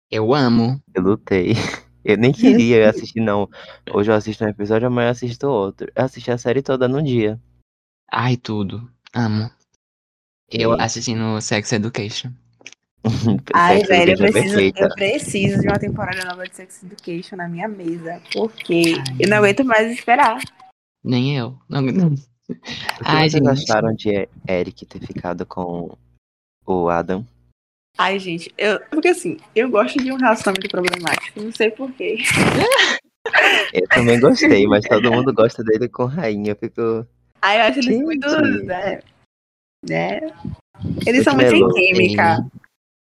Eu amo.
Eu lutei. Eu nem queria eu assistir, não. Hoje eu assisto um episódio, amanhã eu assisto outro. Eu assisti a série toda num dia.
Ai, tudo. Amo. Eu
E-
assistindo Sex Education.
Ai,
Sex
velho, eu
Education é
preciso,
perfeita.
eu preciso de uma temporada nova de Sex Education na minha mesa. Porque
Ai.
eu não aguento mais esperar.
Nem eu. Não, não.
O que
Ai,
vocês
gente.
acharam de Eric ter ficado com o Adam?
Ai, gente, eu. Porque assim, eu gosto de um relacionamento problemático. Não sei porquê.
Eu também gostei, mas todo mundo gosta dele com rainha. Eu fico.
Aí eu acho eles
Gente.
muito. Né? né? Eles são muito
Futebol.
sem
né?
química.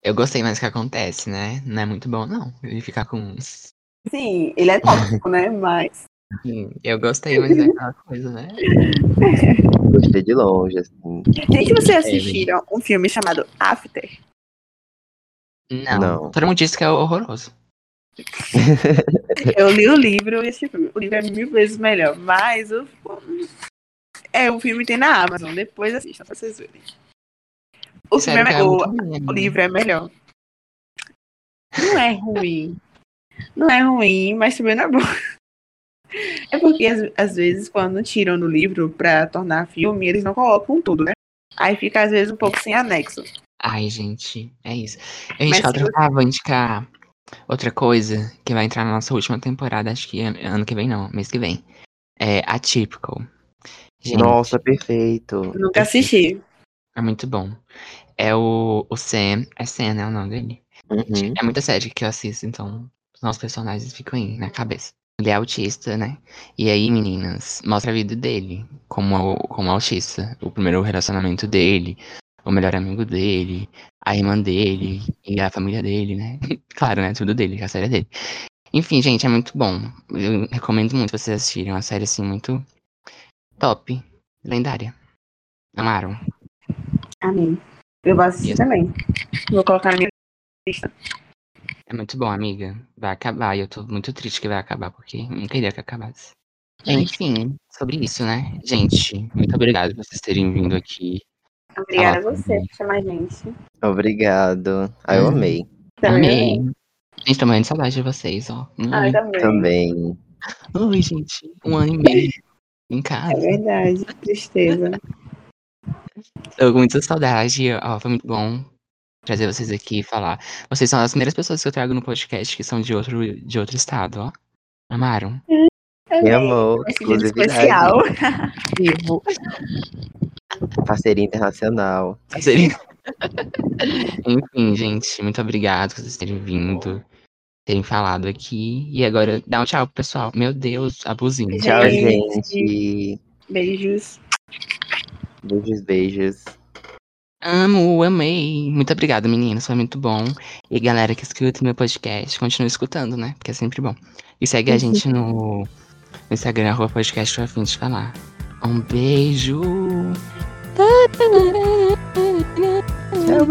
Eu gostei, mas o que acontece, né? Não é muito bom, não. Ele ficar com.
Sim, ele é tóxico, né? Mas.
Sim, Eu gostei, mas é aquela coisa, né?
Gostei de longe, assim.
Gente, vocês assistiram um filme chamado After?
Não.
Não.
Todo mundo disse que é horroroso.
Eu li o livro e esse filme. O livro é mil vezes melhor, mas o. É, o filme tem na Amazon. Depois assistam pra vocês verem. O,
Disseram
filme é,
que
me-
era
o,
muito ruim,
o
né?
livro é melhor. Não é ruim. Não é ruim, mas também não é bom. É porque, às, às vezes, quando tiram do livro pra tornar filme, eles não colocam tudo, né? Aí fica, às vezes, um pouco sem anexo.
Ai, gente, é isso. Eu
Mas
indicar
se
outra... Ah, vou indicar outra coisa que vai entrar na nossa última temporada, acho que ano, ano que vem não, mês que vem. É Atypical. Gente,
Nossa, perfeito.
Nunca assisti.
é muito bom. É o, o Sam, é Sam, né, o nome dele?
Uhum.
É muita série que eu assisto, então os nossos personagens ficam aí na cabeça. Ele é autista, né? E aí, meninas, mostra a vida dele como, au- como autista. O primeiro relacionamento dele, o melhor amigo dele, a irmã dele e a família dele, né? claro, né? Tudo dele, que a série é dele. Enfim, gente, é muito bom. Eu recomendo muito vocês assistirem. É uma série, assim, muito top. Lendária. Amaram.
Amém. Eu vou assistir
Isso.
também. Vou colocar na minha lista.
É muito bom, amiga. Vai acabar. E eu tô muito triste que vai acabar, porque eu não queria que acabasse. Enfim, sobre isso, né? Gente, muito obrigado por vocês terem vindo aqui.
Obrigada
Tá
a
ótimo.
você por chamar a gente.
Obrigado. Ah, eu
Hum.
amei.
Tá.
Amei. Gente, tô morrendo de saudade de vocês, ó. Um
Ah,
ano-
também.
Também.
Oi, gente. Um ano e meio em
É
casa.
verdade. Tristeza.
Tô com muita saudade. Ó, foi muito bom trazer vocês aqui e falar. Vocês são as primeiras pessoas que eu trago no podcast que são de outro, de outro estado, ó. Amaram?
Me amou,
Esse vídeo
exclusividade,
especial.
Vivo.
parceria internacional.
Enfim, gente, muito obrigado por vocês terem vindo, terem falado aqui. E agora, dá um tchau pro pessoal. Meu Deus, abusinho.
Tchau,
Gente.
gente.
Beijos.
Beijos, beijos.
Amo, amei. Muito obrigado, meninas. Foi muito bom. E galera que escuta meu podcast, continua escutando, né? Porque é sempre bom. E segue a gente no no Instagram, arroba podcast tô a fim de falar. Um beijo.
É o Brasil.